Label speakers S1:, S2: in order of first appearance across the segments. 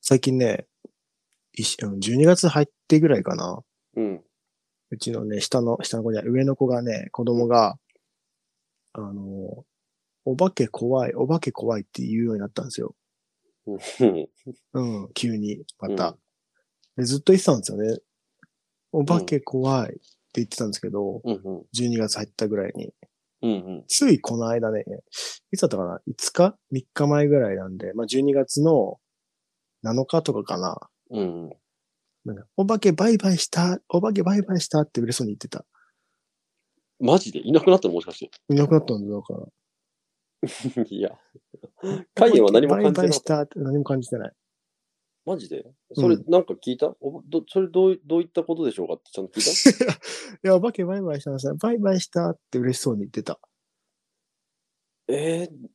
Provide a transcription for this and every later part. S1: 最近ね、いしうん12月入ってぐらいかな。
S2: うん。
S1: うちのね、下の、下の子じゃない上の子がね、子供が、あの、お化け怖い、お化け怖いって言うようになったんですよ。
S2: うん
S1: うん、急に、ま
S2: う
S1: た
S2: ん。
S1: でずっと言ってたんですよね。お化け怖いって言ってたんですけど、
S2: うんうん。
S1: 12月入ったぐらいに。
S2: うんうん。
S1: ついこの間ね、いつだったかな ?5 日 ?3 日前ぐらいなんで、まあ、12月の7日とかかな。
S2: うんうん。
S1: なんか、お化けバイバイした、お化けバイバイしたって嬉しそうに言ってた。
S2: マジでいなくなったのもしかして。
S1: いなくなったんだ、だから。
S2: いや。海燕は何も感
S1: バイバ
S2: じな
S1: イ
S2: かっ。
S1: したたって何も感じてない。
S2: マジでそれ
S1: うん
S2: なんか聞いた、おどそれどうどういったことでしょうかってちゃんと 聞いた
S1: いや、お化けバイバイしたのさ、バイバイしたって嬉しそうに言ってた。
S2: えー、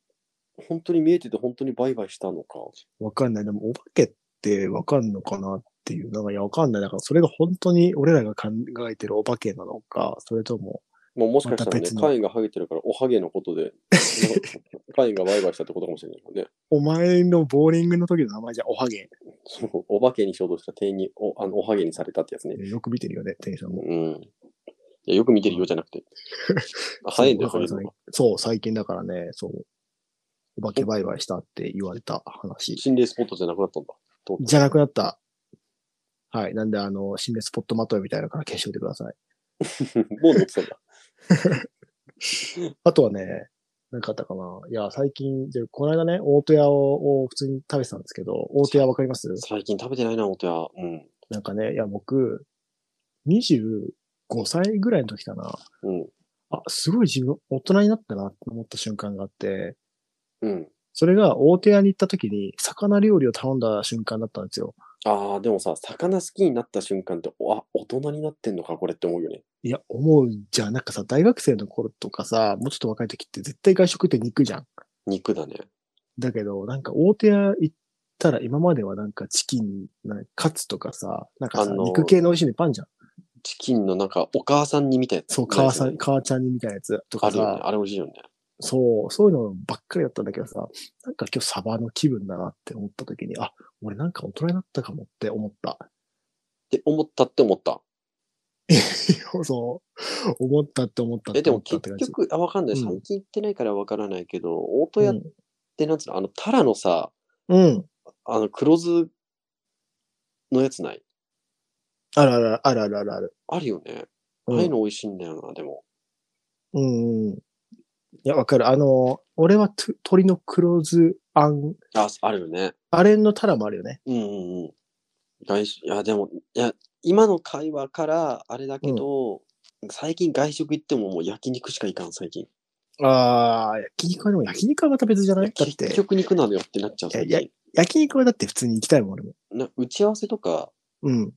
S2: 本当に見えてて本当にバイバイしたのか。
S1: わかんない。でも、お化けってわかんのかなっていう。なんか、いや、わかんない。だから、それが本当に俺らが考えてるお化けなのか、それとも、
S2: まあ、もしかしたら
S1: また
S2: ね、
S1: 別の
S2: カインがハゲてるから、おハゲのことで、 カインがバイバイしたってことかもしれないもんね。
S1: お前のボーリングの時の名前じゃおはげ。
S2: そうお化けにしようとしたら店員におあのおハゲにされたってやつね。
S1: よく見てるよね、店員さんも。
S2: うん。いやよく見てるようじゃなく て。あ早いんだよ、そ
S1: そうう
S2: い
S1: だ
S2: う
S1: から
S2: のが。
S1: そう、最近だからね、そう。お化けバイバイしたって言われた話。
S2: 心霊スポットじゃなくなっ たんだ。と
S1: じゃなくなった。はい。なんで、あの、心霊スポットまとめみたいなのから消しておいてください。
S2: もう乗ってたんだ。
S1: あとはね、なんかあったかな。いや、最近、でこの間ね、大戸屋をを普通に食べてたんですけど、大戸屋わかります
S2: 最近食べてないな、おとや。うん。
S1: なんかね、いや、僕、25歳ぐらいの時かな。
S2: うん。
S1: あ、すごい自分、大人になったなって思った瞬間があって、
S2: うん。
S1: それが大手屋に行った時に、魚料理を頼んだ瞬間だったんですよ。
S2: ああ、でもさ、魚好きになった瞬間って、おあ、大人になってんのか、これって思うよね。
S1: いや、思うじゃん。なんかさ、大学生の頃とかさ、もうちょっと若い時って絶対外食って肉じゃん。
S2: 肉だね。
S1: だけど、なんか大手屋行ったら今まではなんかチキン、なんかカツとかさ、なんかさ、
S2: あのー
S1: 肉系の美味しいのパンじゃん。
S2: チキンのなんか、お母さんにみたいな。
S1: そう、母さん、母ちゃんにみたいなやつと
S2: あ
S1: か
S2: るよね。
S1: さ、
S2: あれ美味しいよね。
S1: そう、そういうのばっかりだったんだけどさ、なんか今日サバの気分だなって思った時に、あ、俺なんか大人になったかもって思った。
S2: って思ったって思った。
S1: そう、思ったって思ったっ
S2: え、
S1: て
S2: で
S1: 思
S2: も
S1: ったっ
S2: 結
S1: て感じ。
S2: 局、あ、わかんない。
S1: うん
S2: 最近行ってないからわからないけど、大戸屋ってなんつうの、あの、タラのさ、
S1: うん、うん。
S2: あの、黒酢のやつない
S1: あるあるあるあるあるある。
S2: あるよね。
S1: う
S2: あ
S1: ん
S2: あいうの美味しいんだよな、でも。
S1: うんうん。いや、わかる。あの、俺はと鳥の黒酢あん、
S2: あ、あるよね。
S1: あれのタラもあるよね。
S2: うんうんうん。外食、いや、でも、いや、今の会話から、あれだけど、最近外食行ってももう焼肉しか行かん、最近。
S1: ああ、焼肉はでも焼肉はまた別じゃないい
S2: や
S1: だっ
S2: 結
S1: て、
S2: 局肉なのよってなっちゃう、
S1: いや
S2: 最
S1: いや
S2: 近。
S1: 焼肉はだって普通に行きたいもん、俺も。
S2: な打ち合わせとか
S1: うん。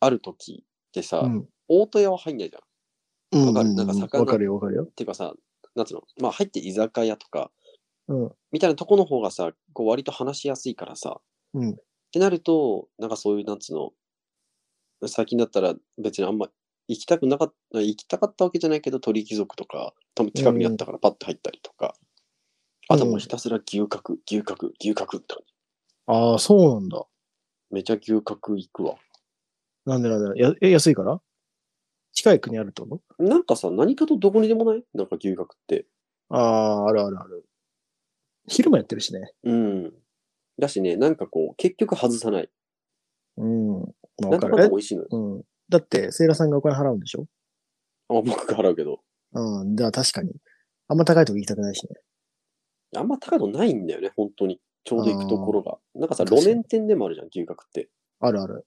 S2: ある時ってさ、
S1: うん。
S2: 大戸屋は入んないじゃん。
S1: う
S2: わかる
S1: う
S2: なんか魚
S1: わかるよ、わかるよ
S2: っ。ていうかさ、なんつうの、まあ入って居酒屋とか、
S1: うん。
S2: みたいなとこの方がさ、こう割と話しやすいからさ、
S1: うん
S2: ってなると、なんかそういう、なんつうの、最近だったら別にあんま行きたくなかった、行きたかったわけじゃないけど、鳥貴族とか、多分近くにあったからパッと入ったりとか、
S1: うん
S2: あともうひたすら牛角、牛角、牛角って感じ、
S1: ああ、そうなんだ。
S2: めちゃ牛角行くわ。
S1: なんでなんで、やえ安いから近い国あるってこ
S2: なんかさ、何かとどこにでもないなんか牛角って。
S1: とああ、あるあるある。昼もやってるしね。
S2: うん。だしね、なんかこう、結局外さない。
S1: うん。まあ、
S2: な
S1: わ
S2: ん
S1: か
S2: とかん
S1: る
S2: と。美味しいのよ。
S1: えうん。だって、セイラさんがお金払うんでしょ
S2: あ僕が払うけど。
S1: うん。だから確かに。あんま高いとこ行きたくないしね。
S2: あんま高いのないんだよね、本当に。ちょうど行くところが。なんかさ、
S1: 確か
S2: 路
S1: に
S2: 面店でもあるじゃん、牛角って。
S1: あるある。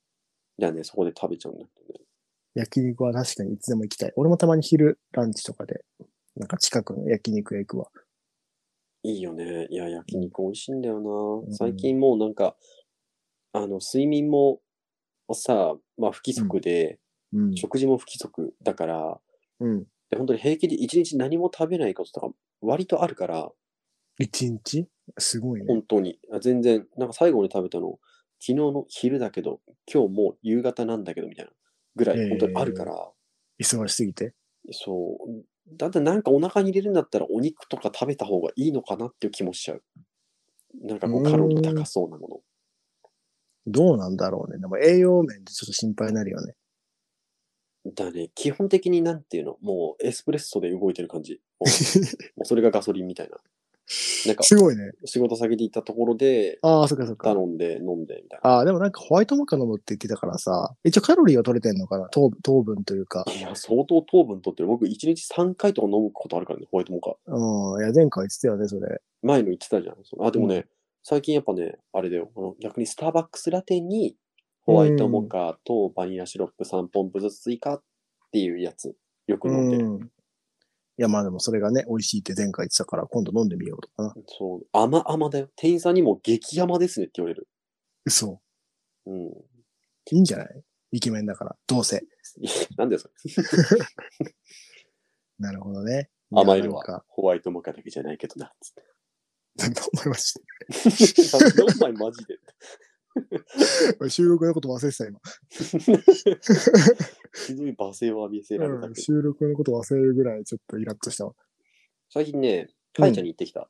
S2: じゃあね、そこで食べちゃうんだけどね。
S1: 焼肉は確かにいつでも行きたい。俺もたまに昼ランチとかで、なんか近くの焼肉屋行くわ。
S2: いいよね。いや、焼肉美味しいんだよ
S1: うん
S2: な。最近もうなんか、あの、睡眠もさ、まあ不規則で、
S1: うん
S2: 食事も不規則だから、
S1: うん。
S2: で本当に平気で一日何も食べないこととか割とあるから、
S1: 一日すごいね。
S2: 本当に。あ全然、なんか最後に食べたの、昨日の昼だけど、今日もう夕方なんだけど、みたいなぐら
S1: へー
S2: い本当にあるから、
S1: 忙しすぎて。
S2: そう。だってなんかお腹に入れるんだったらお肉とか食べた方がいいのかなっていう気もしちゃう。なんかこうカロリー高そうなもの。
S1: どうなんだろうね。でも栄養面でちょっと心配になるよね。
S2: だね、基本的になんていうの、もうエスプレッソで動いてる感じ。もうもうそれがガソリンみたいな。なんか、
S1: すごいね。
S2: 仕事先で行ったところで、
S1: ああ、そっかそっか
S2: 頼。んで、飲んで、みたい
S1: ああ、でもなんかホワイトマカ飲むって言ってたからさ、一応カロリーは取れてんのかな糖糖分というか。
S2: な。いや、相当糖分取ってる。僕、1日3回とか飲むことあるからね、ホワイトモカ。
S1: うん。いや、前回言ってたよね、それ。
S2: 前の言ってたじゃん。そのあ、でもね、
S1: う
S2: 最近やっぱね、あれだよ。この逆にスターバックスラテに、ホワイトモカとバニラシロップ3ポンプずつ追加っていうやつ、よく飲んでる。
S1: うん。いや、まあでもそれがね、美味しいって前回言ってたから、今度飲んでみようとかな。
S2: そう、甘々だよ。店員さんにも激甘ですねって言われる。
S1: 嘘。
S2: うん。
S1: いいんじゃないイケメンだから、どうせ。
S2: いやなんですか
S1: なるほどね。
S2: 甘える
S1: いや
S2: わ。ホワイトモカだけじゃないけどな。 つって
S1: なんか 思いまし
S2: なんでお前マジで。
S1: た。収録のこと忘れてた、今。
S2: ひどい罵声を浴びせられた
S1: う
S2: け
S1: ん、
S2: ど。
S1: 収録のこと忘れるぐらいちょっとイラッとしたわ。
S2: 最近ね、
S1: うん
S2: 歯医者に行ってきた。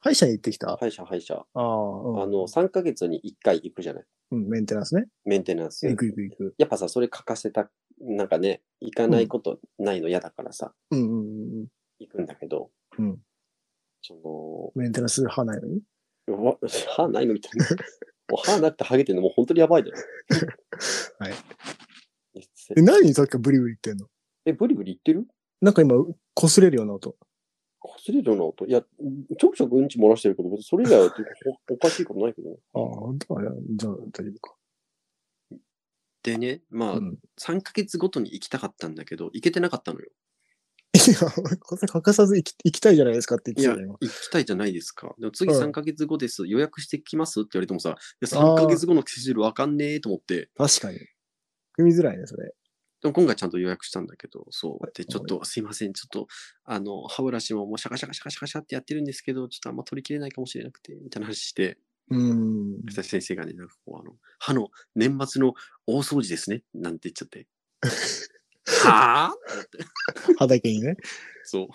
S1: 歯医者に行ってきたあ
S2: 歯医者、歯医者。
S1: あ、うん、
S2: あの、3ヶ月に1回行くじゃない。
S1: うん、メンテナンスね。
S2: メンテナンス。
S1: 行く行く行く。
S2: やっぱさ、それ欠かせた、なんかね、行かないことないの嫌だからさ、
S1: うんうんうんうん。
S2: 行くんだけど、
S1: うん
S2: そ
S1: メンテナンス歯ないのに
S2: の、うわ歯ないのみたいな。 もう歯なくてハゲてんの、もう本当にやばいだよ。
S1: はい
S2: え。
S1: え、何さっきからブリブリ言ってんの
S2: え、ブリブリ言ってる
S1: なんか今、擦れるような音。
S2: こすれるような音。いや、ちょくちょくうんち漏らしてるけど、別にそれ以外はおおかしいことないけどね。
S1: ああ、本当あいやじゃあ、大丈夫か。
S2: でね、まあ、
S1: うん。い
S2: 3ヶ月ごとに行きたかったんだけど、行けてなかったのよ。
S1: や、これ欠かさず行き行きたいじゃないですかって言っ
S2: い
S1: てたじゃ
S2: や、
S1: ん、今
S2: 行きたいじゃないですか。でも次
S1: うん
S2: 3ヶ月後です、予約してきますって言われてもさ、いや
S1: あー
S2: 3ヶ月後のスケジュールわかんねえと思って、
S1: 確かに。組みづらいね、それ。
S2: でも今回ちゃんと予約したんだけど、そう。で、
S1: はい
S2: ちょっとすいません、ちょっと、あの、歯ブラシももうシャカシャカシャカシャカシャってやってるんですけど、ちょっとあんま取りきれないかもしれなくて、みたいな話して、
S1: うー ん。
S2: そしたら先生がね、なんかこう、あの、歯の年末の大掃除ですね、なんて言っち ゃって。はあ
S1: 歯だけに ね。
S2: そう。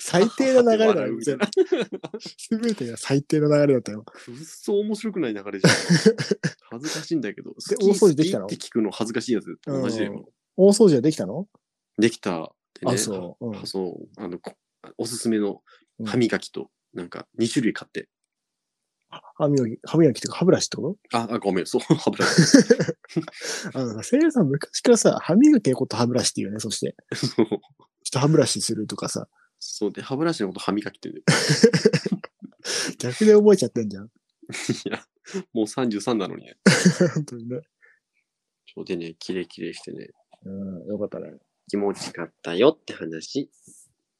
S1: 最低の流れだ
S2: 笑う
S1: よ、
S2: みた
S1: 全
S2: いな
S1: 部。全てが最低の流れだったよ。
S2: くっそ面白くない流れじゃん。恥ずかしいんだけど。好き
S1: 大掃除できたの
S2: 好きって聞くの恥ずかしいやつと同じだよ。
S1: うん大掃除はできたの
S2: できた。でね、
S1: あそううん
S2: あそうあのこおすすめの
S1: うん
S2: 歯磨きと、なんか2種類買って。
S1: 歯磨き、歯磨きっていうか歯ブラシってこ
S2: あ、あごめん、そう、 歯ブラシ。
S1: とあのさ、せいやさん昔からさ、歯磨きのこと歯ブラシって言うよね、そして。
S2: そう
S1: ちょっと歯ブラシするとかさ、
S2: そうで、歯ブラシのこと歯磨きって言うん
S1: 逆で覚えちゃってんじゃ ん。
S2: だよ。いや、もう33なのにね。
S1: 本当にね。
S2: そうでね、キレキレしてね、
S1: うん、よかったね。
S2: 気持ちよかったよって話。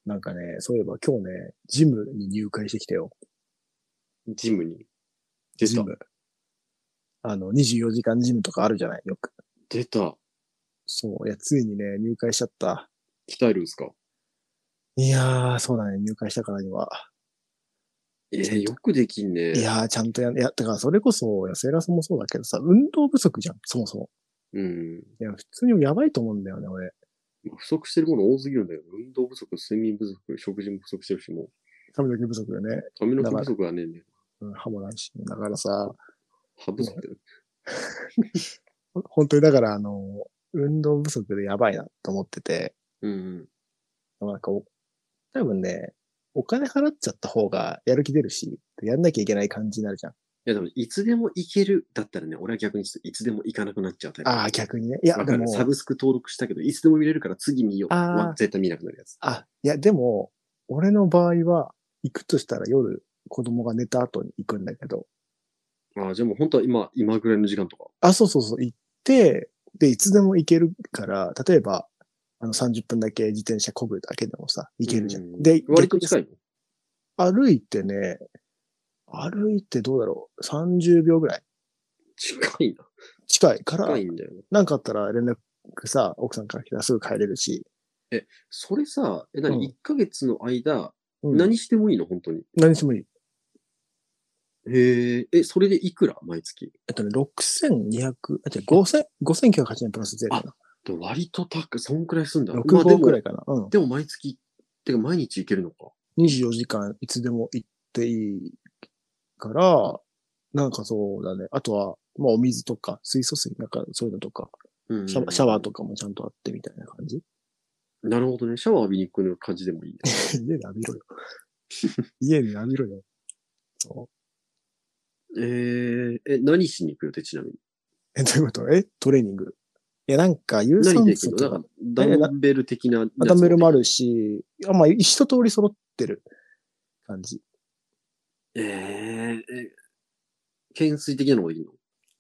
S1: なんかね、そういえば今日ね、ジムに入会してきたよ。
S2: ジムに。出
S1: ジ
S2: た。
S1: ム。あの、24時間ジムとかあるじゃないよく。
S2: 出た。
S1: そう。いや、ついにね、入会しちゃった。
S2: 鍛えるんですか
S1: いやー、そうだね、入会したからには。
S2: えー、よくできんね。
S1: いやー、ちゃんとやん、いや、だからそれこそ、いや、セイラさんもそうだけどさ、運動不足じゃん、そもそも。
S2: うん。
S1: いや、普通にやばいと思うんだよね、俺。
S2: 不足してるもの多すぎるんだよ。運動不足、睡眠不足、食事も不足してるし、もう
S1: 髪の毛不足よね。
S2: 髪の毛不足はねえんだよ。
S1: うん、歯もないし。だからさ、
S2: 歯不足だよ。
S1: ほ本当にだから、あの、運動不足でやばいなと思ってて、
S2: うんうん。
S1: なんかお、多分ね、お金払っちゃった方がやる気出るし、やんなきゃいけない感じになるじゃん。
S2: いや、でも、いつでも行けるだったらね、俺は逆にいつでも行かなくなっちゃうタイプ。
S1: ああ、逆にね。いや、
S2: わ
S1: で
S2: かる。
S1: も、
S2: サブスク登録したけど、いつでも見れるから次見よう。
S1: あー
S2: は絶対見なくなるやつ。
S1: あ、いや、でも、俺の場合は、行くとしたら夜、子供が寝た後に行くんだけど、
S2: ああ、じゃあもう本当は今、今ぐらいの時間とか。
S1: あ、そうそうそう、行って、で、いつでも行けるから、例えば、あの、30分だけ自転車こぐだけでもさ、行けるじゃん。
S2: う
S1: で、
S2: 割と近
S1: い。
S2: いの
S1: 歩いてね、歩いてどうだろう、30秒ぐらい
S2: 近いな。
S1: 近いから、
S2: 近いんだよね。
S1: なんかあったら連絡さ、奥さんから来たらすぐ帰れるし、
S2: それさ、え、
S1: うん
S2: 何 ?1 ヶ月の間、
S1: うん、
S2: 何してもいいの本当に。
S1: 何してもいい。
S2: へえ。え、それでいくら毎月。
S1: えっとね、6200、あ、違う、5000 5908円プラス税かな。
S2: でも割と高く、そんくらいすんだ。
S1: 6
S2: まあで
S1: 号
S2: も
S1: くらいかな。うん。
S2: でも毎月、てか毎日行けるのか。
S1: 24時間いつでも行っていいから、なんかそうだね。あとは、まあお水とか、水素水、なんかそういうのとか、
S2: うん
S1: シャワーシャワーとかもちゃんとあってみたいな感じ。
S2: なるほどね。シャワー浴びに行くの感じでもいいね。
S1: 家で浴び ろよ。家で浴びろよ。そう。
S2: えー、え、何しに行く予定ちなみに。
S1: え、どういうことえトレーニング。いや、なんか有
S2: 何
S1: 酸
S2: で行
S1: 素
S2: くの
S1: と
S2: なん
S1: か
S2: か、ダンベル的なやつ
S1: ダンベルもあるし、あまあ、一通り揃ってる感じ。
S2: えー、え、懸垂的なのがいいの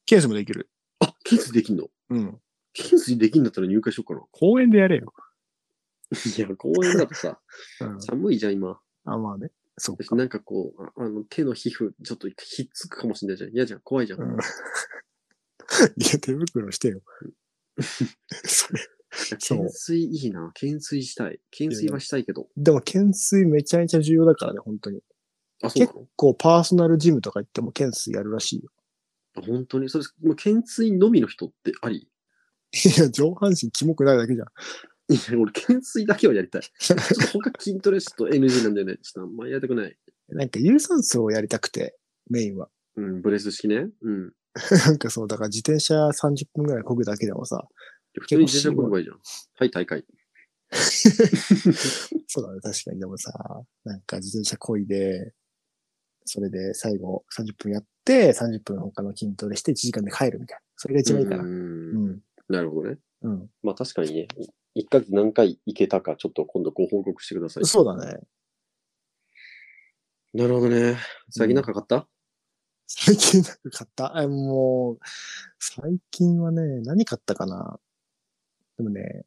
S1: ケースもできる。
S2: あ、懸垂できんの
S1: うん。
S2: 懸垂できんだったら入会しようかな。
S1: 公園でやれよ。
S2: いや、公園だとさ、
S1: うん。
S2: 寒いじゃん、今。
S1: あ、まあね。そう
S2: 私
S1: か。
S2: なんかこう、ああの、手の皮膚、ちょっとひっつくかもしれないじゃん。嫌じゃん、怖いじゃん。
S1: うん。いや、手袋してよ。 それ。そう
S2: 懸垂いいな。懸垂したい。懸垂はしたいけど。
S1: でも、懸垂めちゃめちゃ重要だからね、本当に。
S2: あ、そうなの
S1: こう、パーソナルジムとか行っても懸垂やるらしいよ。
S2: あ本当に。それ、もう懸垂のみの人ってあり
S1: いや、上半身キモくないだけじゃん。
S2: いや、俺、懸垂だけはやりたい。ちょっと他筋トレちょっと NG なんだよね。ちょっとあんまやりたくない。
S1: なんか、有酸素をやりたくて、メインは。
S2: うん、ブレス式ね。うん。
S1: なんかそう、だから自転車30分くらい漕ぐだけでもさ、
S2: 普通に自転車こればいいじゃん。はい、大会。
S1: そうだね、確かに。でもさ、なんか自転車こいで、それで最後30分やって、30分他の筋トレして1時間で帰るみたいな。それが一番いいから。
S2: う
S1: うんん。
S2: なるほどね。
S1: うん。
S2: まあ確かにね、1ヶ月何回行けたか、ちょっと今度ご報告してください。
S1: そうだね。
S2: なるほどね。最近なんか買った、
S1: 最近なんか買ったえ、もう、最近はね、何買ったかなでもね、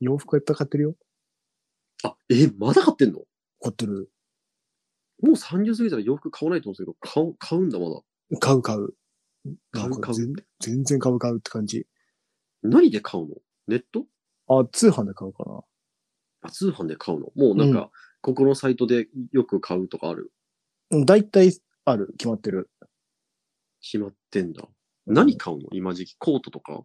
S1: 洋服はいっぱい買ってるよ。
S2: あ、え、まだ買ってんの
S1: 買ってる。
S2: もう30過ぎたら洋服買わないと思うんですけど、買う、買うんだまだ。
S1: 買う買う。
S2: 買う買う
S1: 全全然買う買うって感じ。
S2: 何で買うのネット
S1: あ、通販で買うかな。
S2: あ、通販で買うのもうなんか、ここのサイトでよく買うとかある
S1: うん、大体ある。決まってる。
S2: 決まってんだ。何買うの今時期。コートとか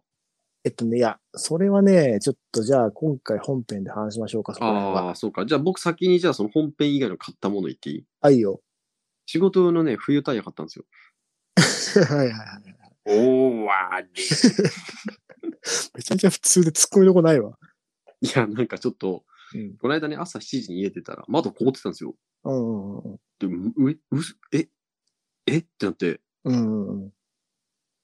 S1: えっとね、いや、それはね、ちょっとじゃあ今回本編で話しましょうか、そこら辺
S2: あ
S1: は。
S2: あ、そうか。じゃあ僕先にじゃあその本編以外の買ったもの言っていい
S1: あ、いいよ。
S2: 仕事用のね、冬タイヤ買ったんですよ。
S1: はいはいはい。
S2: 終わり。
S1: めちゃめちゃ普通で突っ込みどこないわ。
S2: いや、なんかちょっと、
S1: うん
S2: この間ね、朝7時に家出たら、窓凍ってたんですよ。
S1: うんうんうん
S2: で、う、う、うす、え、えってなって、
S1: うんうんうん。
S2: い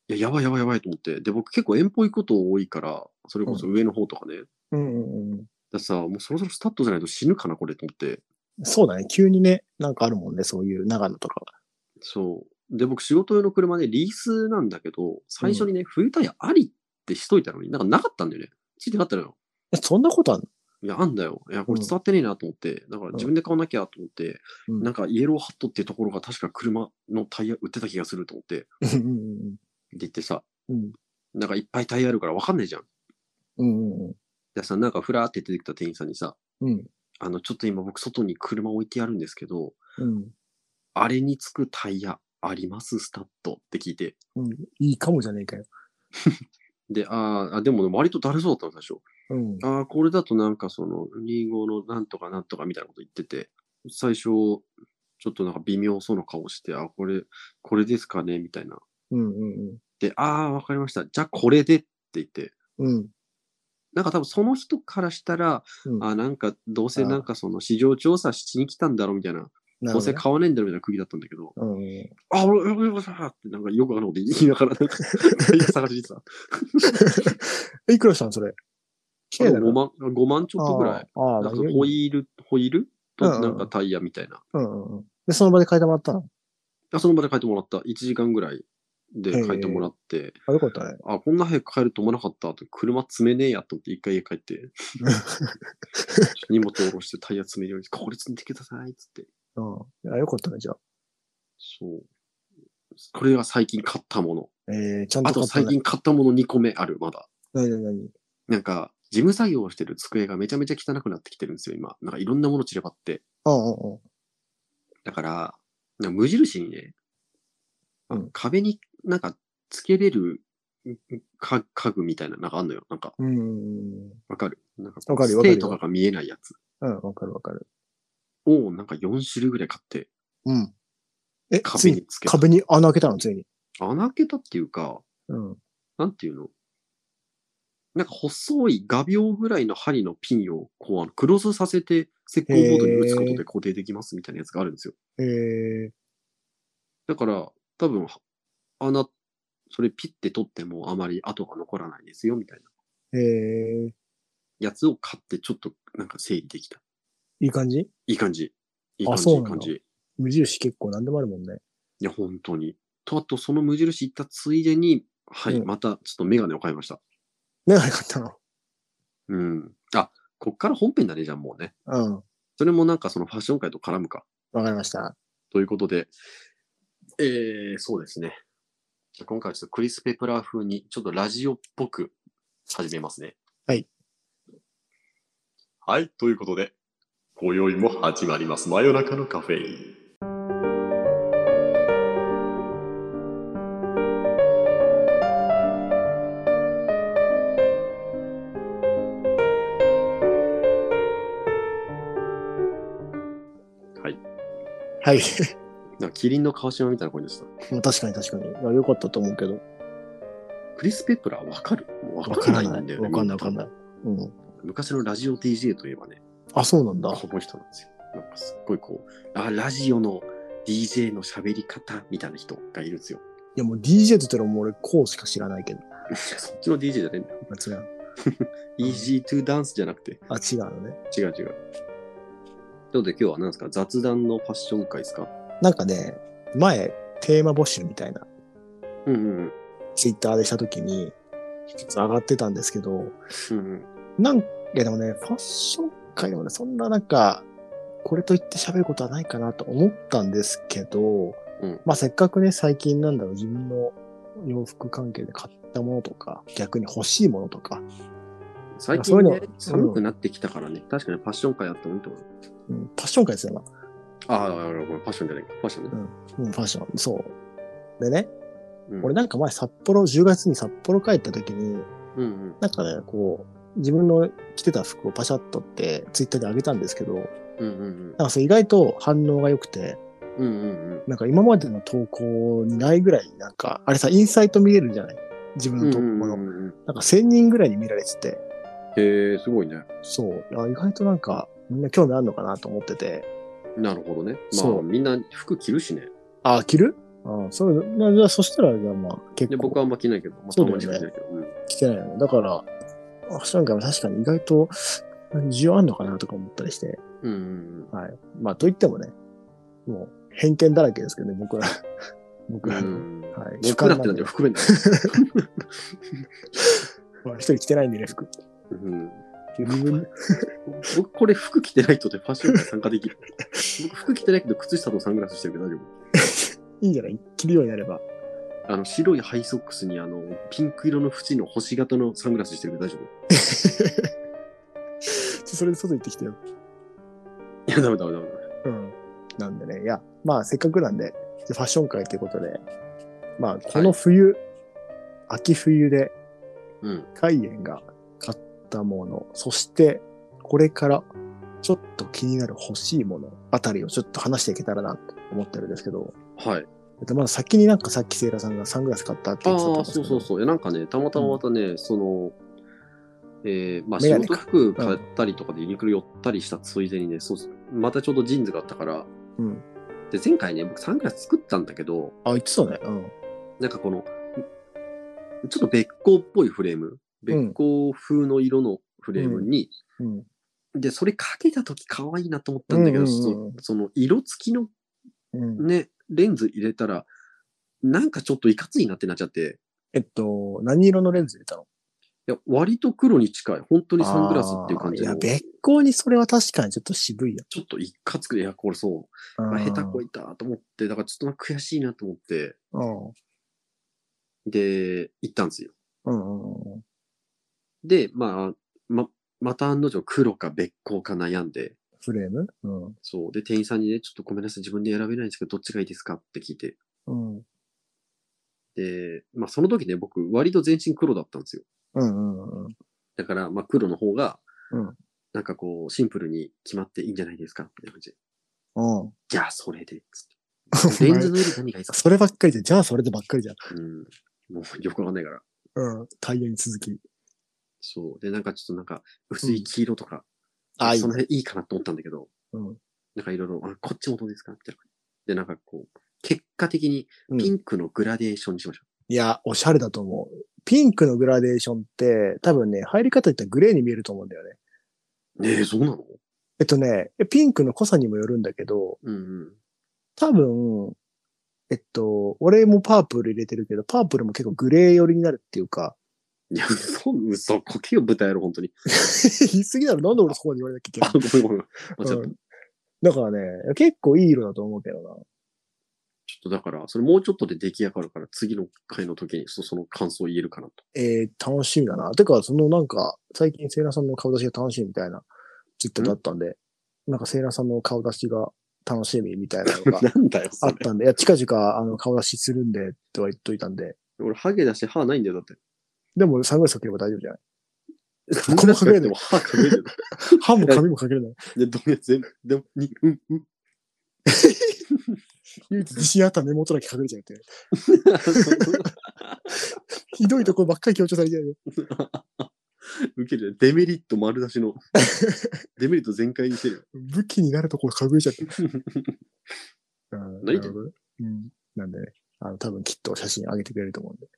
S2: や、やばいやばいやばいと思って。で、僕結構遠方行くこと多いから、それこそ上の方とかね。
S1: うんうんうん。
S2: だってさ、もうそろそろスタッドじゃないと死ぬかな、これと思って。
S1: そうだね。急にね、なんかあるもんね。そういう長野とか。
S2: そう。で、僕仕事用の車でリースなんだけど、最初にね、冬タイヤありってしといたのに、なんかなかったんだよね。ついてなかったのよ。
S1: えそんなことある
S2: いや、あんだよ。いや、これ伝わってねえなと思って、だから自分で買わなきゃと思って、
S1: の
S2: なんかイエローハットっていうところが確か車のタイヤ売ってた気がすると思って、
S1: うんうん
S2: で言ってさ、
S1: うん
S2: なんかいっぱいタイヤあるからわかんないじゃん。
S1: うんうんうん
S2: でさ、なんかふらーって出てきた店員さんにさ、
S1: うん
S2: あの、ちょっと今僕外に車置いてあるんですけど、
S1: うん
S2: あれにつくタイヤありますスタッドって聞いて、
S1: うんいいかもじゃねえかよ。
S2: で、あーあ、でもね割とだるそうだったの、最初。
S1: うん。
S2: ああ、これだとなんかその、リンゴのなんとかなんとかみたいなこと言ってて、最初、ちょっとなんか微妙そうな顔して、あ、これ、これですかねみたいな。
S1: うんうん
S2: で、ああ、わかりました。じゃあこれでって言って、
S1: うん。うん。
S2: なんか多分その人からしたら、
S1: うん
S2: あなんかどうせなんかその市場調査しに来たんだろうみたいな、
S1: なる
S2: どう
S1: ほど
S2: せ
S1: ね。
S2: 買わねえんだろうみたいな釘だったんだけど、
S1: うんうん。
S2: あ、俺、俺、俺、俺、ってなんかよくわからんこと言いながら、なんか、探し てた。
S1: えいくらしたのそれ。綺麗だな
S2: 5万、5万ちょっとぐらい。
S1: あーあー、
S2: なんか
S1: まあ
S2: ホイール、ホイールと
S1: うんうん
S2: なんかタイヤみたいな。
S1: うんうんうん。で、その場で変えてもらったの
S2: あその場で書いてもらった。1時間ぐらいで書いてもらって、
S1: あ、よかったね。
S2: あ、こんな早く帰ると思わなかった。車積めねえやと思って、一回家帰って、荷物下ろしてタイヤ積めるように、これ積んでくださいっつって。
S1: うん。あ、よかったね、じゃあ。
S2: そう。これが最近買ったもの。
S1: えー、ちゃん
S2: あ
S1: と買っ
S2: と
S1: た
S2: 最
S1: ね。
S2: 近買ったもの2個目ある、まだ。
S1: なになになに
S2: なんか、事務作業をしてる机がめちゃめちゃ汚くなってきてるんですよ、今。なんかいろんなもの散らばって。
S1: うんうんうん。
S2: だから、なんか無印にね、あの
S1: うん
S2: 壁になんかつけれるか家具みたいな、なんかあんのよ。なんか、
S1: うんうんうん。
S2: わかるなんか、
S1: わかるよ
S2: ステーとかが見えないやつ
S1: うん、わかるわかる。
S2: をなんか4種類ぐらい買って、
S1: うん。え、つ
S2: 壁
S1: いに
S2: に、つけた。
S1: 壁に穴開けたの、ついに。
S2: 穴開けたっていうか、
S1: うん。
S2: なんていうのなんか細い画鋲ぐらいの針のピンをこうあのクロスさせて石膏ボードに打つことで固定できますみたいなやつがあるんですよ。
S1: え
S2: だから多分穴、それピッて取ってもあまり跡が残らないですよみたいな
S1: ー、えー、
S2: やつを買ってちょっとなんか整理できた。
S1: いい感じ
S2: いい感じ。いい感
S1: あ
S2: じ、
S1: そうない
S2: い
S1: んだ
S2: 感じ。
S1: 無印結構何でもあるもんね。
S2: いや、本当に。と、あと、その無印行ったついでに、はい、
S1: うん
S2: また、ちょっとメガネを買いました。
S1: メガネ買ったの。
S2: うん。あ、こっから本編だね、じゃん、もうね。
S1: うん。
S2: それもなんか、そのファッション界と絡むか。
S1: わかりました。
S2: ということで、えー、そうですね。じゃあ今回はちょっとクリス・ペプラー風に、ちょっとラジオっぽく始めますね。
S1: はい。
S2: はい、ということで、今宵も始まります。真夜中のカフェイン。
S1: はい。
S2: なんかキリンの川島みたいな声でした。
S1: まあ確かに確かに。まあ良かったと思うけど。
S2: クリス・ペプラーわかるもう
S1: わ
S2: わ
S1: か
S2: からら
S1: な
S2: ないいんだ。よね。
S1: わかんないわ
S2: み
S1: かん
S2: な
S1: ない。うん。
S2: 昔のラジオ DJ といえばね、
S1: あ、そうなんだ。
S2: この人なんですよ。なんかすっごいこう、あ、ラジオの DJ の喋り方みたいな人がいるんですよ。
S1: いやもう DJ って言ったらもう俺こうしか知らないけど。
S2: そっちの DJ じゃねえんだよ。
S1: まあ違う。うん
S2: Easy to dance じゃなくて、
S1: あ、違うのね。
S2: 違う違う。ということで今日は何ですか雑談のファッション会ですか
S1: なんかね、前、テーマ募集みたいな、
S2: うんうん
S1: ツイッターでした時に、一つ上がってたんですけど、
S2: うん。うんうん
S1: なんかでもね、ファッション界でもね、そんななんか、これと言って喋ることはないかなと思ったんですけど、
S2: うん
S1: まあせっかくね、最近なんだろう、自分の洋服関係で買ったものとか、逆に欲しいものとか、
S2: 最
S1: そう
S2: 近、
S1: いう
S2: ね
S1: の、
S2: 寒くなってきたからね、確かにファッション会やってもいいと思う。
S1: うん、ファッション界ですよ、今
S2: ああ、これファッションじゃないか。ファッションね。
S1: うん、ファッション。そう。でね、
S2: うん、
S1: 俺なんか前札幌、10月に札幌帰った時に、
S2: うんうん。
S1: なんかね、こう、自分の着てた服をパシャッとって、ツイッターで上げたんですけど、
S2: うんうん
S1: なんかそれ意外と反応が良くて、
S2: うん。うんうんうん。
S1: なんか今までの投稿にないぐらい、なんか、あれさ、インサイト見れるじゃない自分の投稿の。
S2: うんうんうんうん
S1: なんか1000人ぐらいに見られてて、
S2: へえ、すごいね。
S1: そう、あ意外となんか、みんな興味あるのかなと思ってて、
S2: なるほどね。ま
S1: そ
S2: あ、
S1: う
S2: みんな服着るしね。
S1: あ、着るあそういうの、なじゃあそしたら、じゃあまあ、結
S2: で、僕
S1: 構
S2: はあんま着ないけど、まあ、
S1: そ
S2: た
S1: うだ
S2: ま
S1: よ
S2: に
S1: ね
S2: 着ないけど。うん
S1: 着てないよね。だから、ファッション界も確かに意外と需要あるのかなとか思ったりして、
S2: うんうん
S1: はい。まあ、と言ってもね、もう偏見だらけですけどね、僕ら。僕
S2: うん。
S1: ら
S2: う
S1: の。
S2: ん
S1: はい。
S2: 僕らってなんだよ、服弁だよ。
S1: まあ一人着てないんでね、服。
S2: うん
S1: 自分
S2: 僕、これ服着てない人でファッションに参加で きる。僕、服着てないけど、靴下とサングラスしてるけど大丈
S1: いいんじゃない着るようになれば。
S2: 夫。あの、白いハイソックスに、あの、ピンク色の縁の星型のサングラスしてるけど大丈
S1: それで外行ってきてよ。
S2: 夫。いや、ダメダメダメ。
S1: うん。なんでね、いや、まあせっかくなんで、じゃあファッション会ということで、まあこの冬、秋冬で、
S2: うん。
S1: 海燕が買ったもの、そしてこれからちょっと気になる欲しいものあたりをちょっと話していけたらなと思ってるんですけど、
S2: はい。
S1: えっとまだ先になんかさっきセイラさんがサングラス買ったって言
S2: あ
S1: ってたと思
S2: あ、
S1: んですけ
S2: そう
S1: ど
S2: そうそう。いやなんかね、たまたままたね、その、えーまあ
S1: メ
S2: 仕
S1: ガネ
S2: 事
S1: か
S2: 服買ったりとかでユニクロ寄ったりしたついでにね、そうそうまたちょうどジーンズがあったから、
S1: うん。
S2: で、前回ね、僕サングラス作ったんだけど、
S1: あ、言ってたね。うん。
S2: なんかこの、ちょっと別光っぽいフレーム、別光風の色のフレームに、
S1: うん。
S2: で、それかけた時可愛いなと思ったんだけど、
S1: うんうんうん
S2: そのその色付きの
S1: うん、
S2: ね、レンズ入れたら、なんかちょっといかついなってなっちゃって、
S1: えっと、何色のレンズ入れたの
S2: いや、割と黒に近い、本当にサングラスっていう感じ
S1: あ
S2: の
S1: ーいや、別光にそれは確かにちょっと渋いや
S2: ちょっと一括くで、いや、これそう、あ下手こいたと思って、だからちょっとなんか悔しいなと思って、
S1: うん。
S2: で、行ったんですよ。
S1: うんうんうん。
S2: で、まあ、ま、また案の定黒か別光か悩んで、
S1: フレームうん。
S2: そう。で、店員さんにね、ちょっとごめんなさい、自分で選べないんですけど、どっちがいいですかって聞いて。
S1: うん。
S2: で、まあ、その時ね、僕、割と全身黒だったんですよ。
S1: うんうんうん。
S2: だから、まあ、黒の方が、
S1: うん
S2: なんかこう、シンプルに決まっていいんじゃないですかって感じで。
S1: うん。
S2: じゃあ、それで、つって。レンズの色何がいいですか
S1: そればっかりじゃん。じゃあそれでばっかりじゃん。
S2: うん。もうよくわかんないから。
S1: うん。タイヤに続き。
S2: そう。で、なんかちょっとなんか、薄い黄色とか、
S1: あ、いい
S2: そ。の辺いいかなと思ったんだけど、
S1: うん。
S2: なんかいろいろ、あ、こっちもどうですかみたいな。で、なんかこう、結果的にピンクのグラデーションにしましょ
S1: いや、おしゃれだと思う。ピンクのグラデーションって、多分ね、入り方言ったらグレーに見えると思うんだよね。
S2: う。ねえ、そうなの
S1: えっとね、ピンクの濃さにもよるんだけど、
S2: うんうん。
S1: 多分、えっと、俺もパープル入れてるけど、パープルも結構グレー寄りになるっていうか、
S2: いや、嘘、嘘、こけよ、豚野郎、本当に。
S1: 言い過ぎだろ、なんで俺そこまで言われなきゃいけな
S2: あ、
S1: い
S2: ごめんごめん。間違った。ちょ
S1: う
S2: っ
S1: んだからね、結構いい色だと思うけどな。
S2: とだから、それもうちょっとで出来上がるから、次の回の時にそその感想を言えるかなと。
S1: えー、楽しみだな。てか、そのなんか、最近セイラさんの顔出しが楽しいみたいなツイッターだったんで、なんかセイラさんの顔出しが楽しみみたいなの が
S2: なんだよ、
S1: あ
S2: そ
S1: っ
S2: れ。
S1: たんで、いや、近々あの顔出しするんで、とは言っといたんで、
S2: 俺、ハゲだし、歯ないんだよ、だって。
S1: でもサングラスかければ大丈夫じゃない
S2: このハゲでも 歯かけるよ。
S1: 歯も髪もかけれない。
S2: で、どれ全部、でも、に、うん、うん。
S1: 唯一自信あった目元だけ隠れちゃうって。ひどいとこばっかり強調されちゃうよ。
S2: 受けるよデメリット丸出し の。デメリット全開にしてるよ。
S1: 武器になるとこ隠れちゃ って。うん
S2: 何言っ
S1: なる
S2: てんの
S1: ほどねうん。なんでね、あの、多分きっと写真上げてくれると思うんで。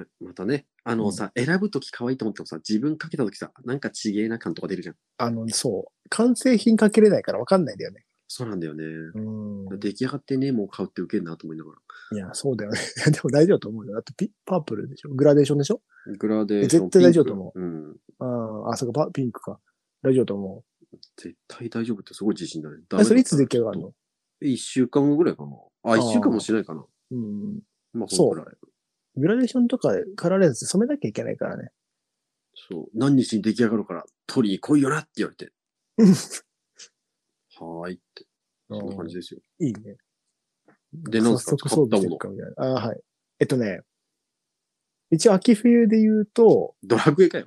S2: ね、またね、あのさ、選ぶとき可愛いと思ってもさ、自分かけたときさ、なんかちげえな感とか出るじゃん。
S1: あの、そう。完成品かけれないから分かんないんだよね。
S2: そうなんだよね。
S1: うん。
S2: 出来上がってね、もう買うってウケるなと思いなが
S1: いや、そうだよね。 いやでも大丈夫だと思うよ。だってピ、パープルでしょグラデーションでしょ
S2: ら。グラデーション。
S1: 絶対大丈夫だと思
S2: う。うん。
S1: ああ、そうか、パピンクか。大丈夫だと思
S2: 絶対大丈夫ってすごい自信だね。
S1: う。
S2: ダメだ
S1: えそれいつ出来上がるの
S2: 一週間後ぐらいかな。あ、
S1: ー
S2: 一週間もしないかな。
S1: うん。
S2: まあ、
S1: そう
S2: ほんぐらい。
S1: グラデーションとかカラーレンズ染めなきゃいけないからね。
S2: そう。何日に出来上がるから、取りに来いよなって言われ て。
S1: うん
S2: はーいって。そんな感じですよ。
S1: いいね。
S2: でなんすか
S1: 早速装備していくかみたいな。ああ、はい。えっとね、一応秋冬で言うと、
S2: ドラク エか
S1: い
S2: よ。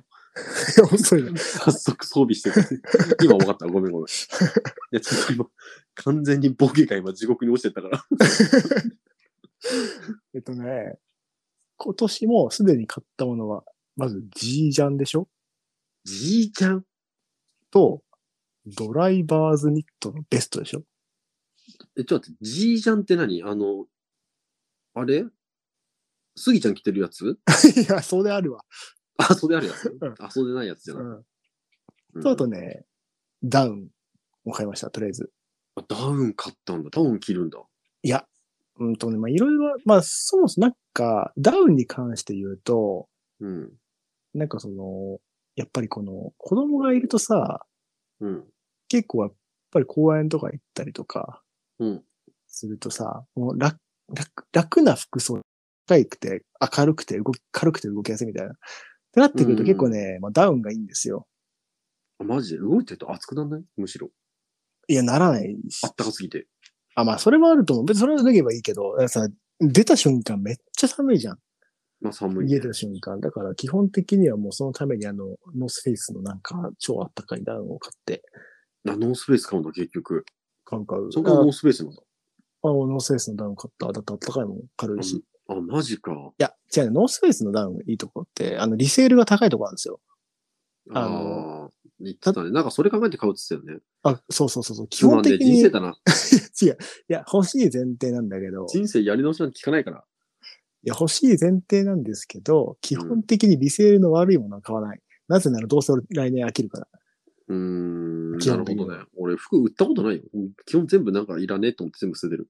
S1: や遅いな。
S2: 早速装備して くれ。今分かった。ごめんごめん。いや、ちょっと今、完全にボケが今地獄に落ちてったから。
S1: えっとね、今年もすでに買ったものは、まず G ジャンでしょ
S2: じいちゃん。
S1: と、ドライバーズニットのベストでしょ
S2: え、ちょっと待って、じいちゃんって何あの、あれスギちゃん着てるやつ
S1: いや、それあるわ。
S2: あ、袖あるやつ
S1: ん
S2: あ、袖ないやつじゃない。
S1: う
S2: うん
S1: ん。と、あとね、ダウンを買いました、とりあえず。
S2: あダウン買ったんだ。ダウン着るんだ。
S1: いや、うんとね、まあいろいろ、まあそもそもなんか、ダウンに関して言うと、
S2: うん。
S1: なんかその、やっぱりこの、子供がいるとさ、
S2: うん。
S1: 結構やっぱり公園とか行ったりとか
S2: うん。
S1: するとさ、もう楽、楽、楽な服装、高くて、明るくて、動き、軽くて動きやすいみたいな。ってなってくると結構ね、まあダウンがいいんですよ。
S2: あマジで動いてると熱くなんないむしろ。
S1: いや、ならないし
S2: あったかすぎて。
S1: あ、まあ、それはあると思う。別にそれは脱げばいいけど、だからさ、出た瞬間めっちゃ寒いじゃん。
S2: まあ寒い。
S1: 家出た瞬間。だから基本的にはもうそのためにあの、ノースフェイスのなんか超あったかいダウンを買って、
S2: あノースペース買うんだ、結局。
S1: 買う買う。
S2: そこが
S1: あ
S2: ノースペースなんだ。
S1: あノースフェイスのダウン買った。だってあったかいもん。軽いし。
S2: う
S1: い
S2: んあ、マジか。
S1: や、違うね。ノースフェイスのダウンいいとこって、あの、リセールが高いとこなんですよ。あ
S2: ああ
S1: の
S2: ー。言ってたね。なんかそれ考えて買うって言ってたよね。
S1: あ、そうそうそうそう。基本的
S2: つまんねえ
S1: に、
S2: 人生
S1: い
S2: だな。
S1: や、欲しい前提なんだけど、い
S2: 人生やり直しなんて聞かないから。
S1: や、欲しい前提なんですけど、基本的にリセールの悪いものは買わない。なぜならどうせ俺来年飽きるから。
S2: うーん。
S1: 基
S2: なる
S1: 本的に
S2: ほどね。俺、服売ったことないよ。基本全部なんかいらねえと思って全部捨ててる。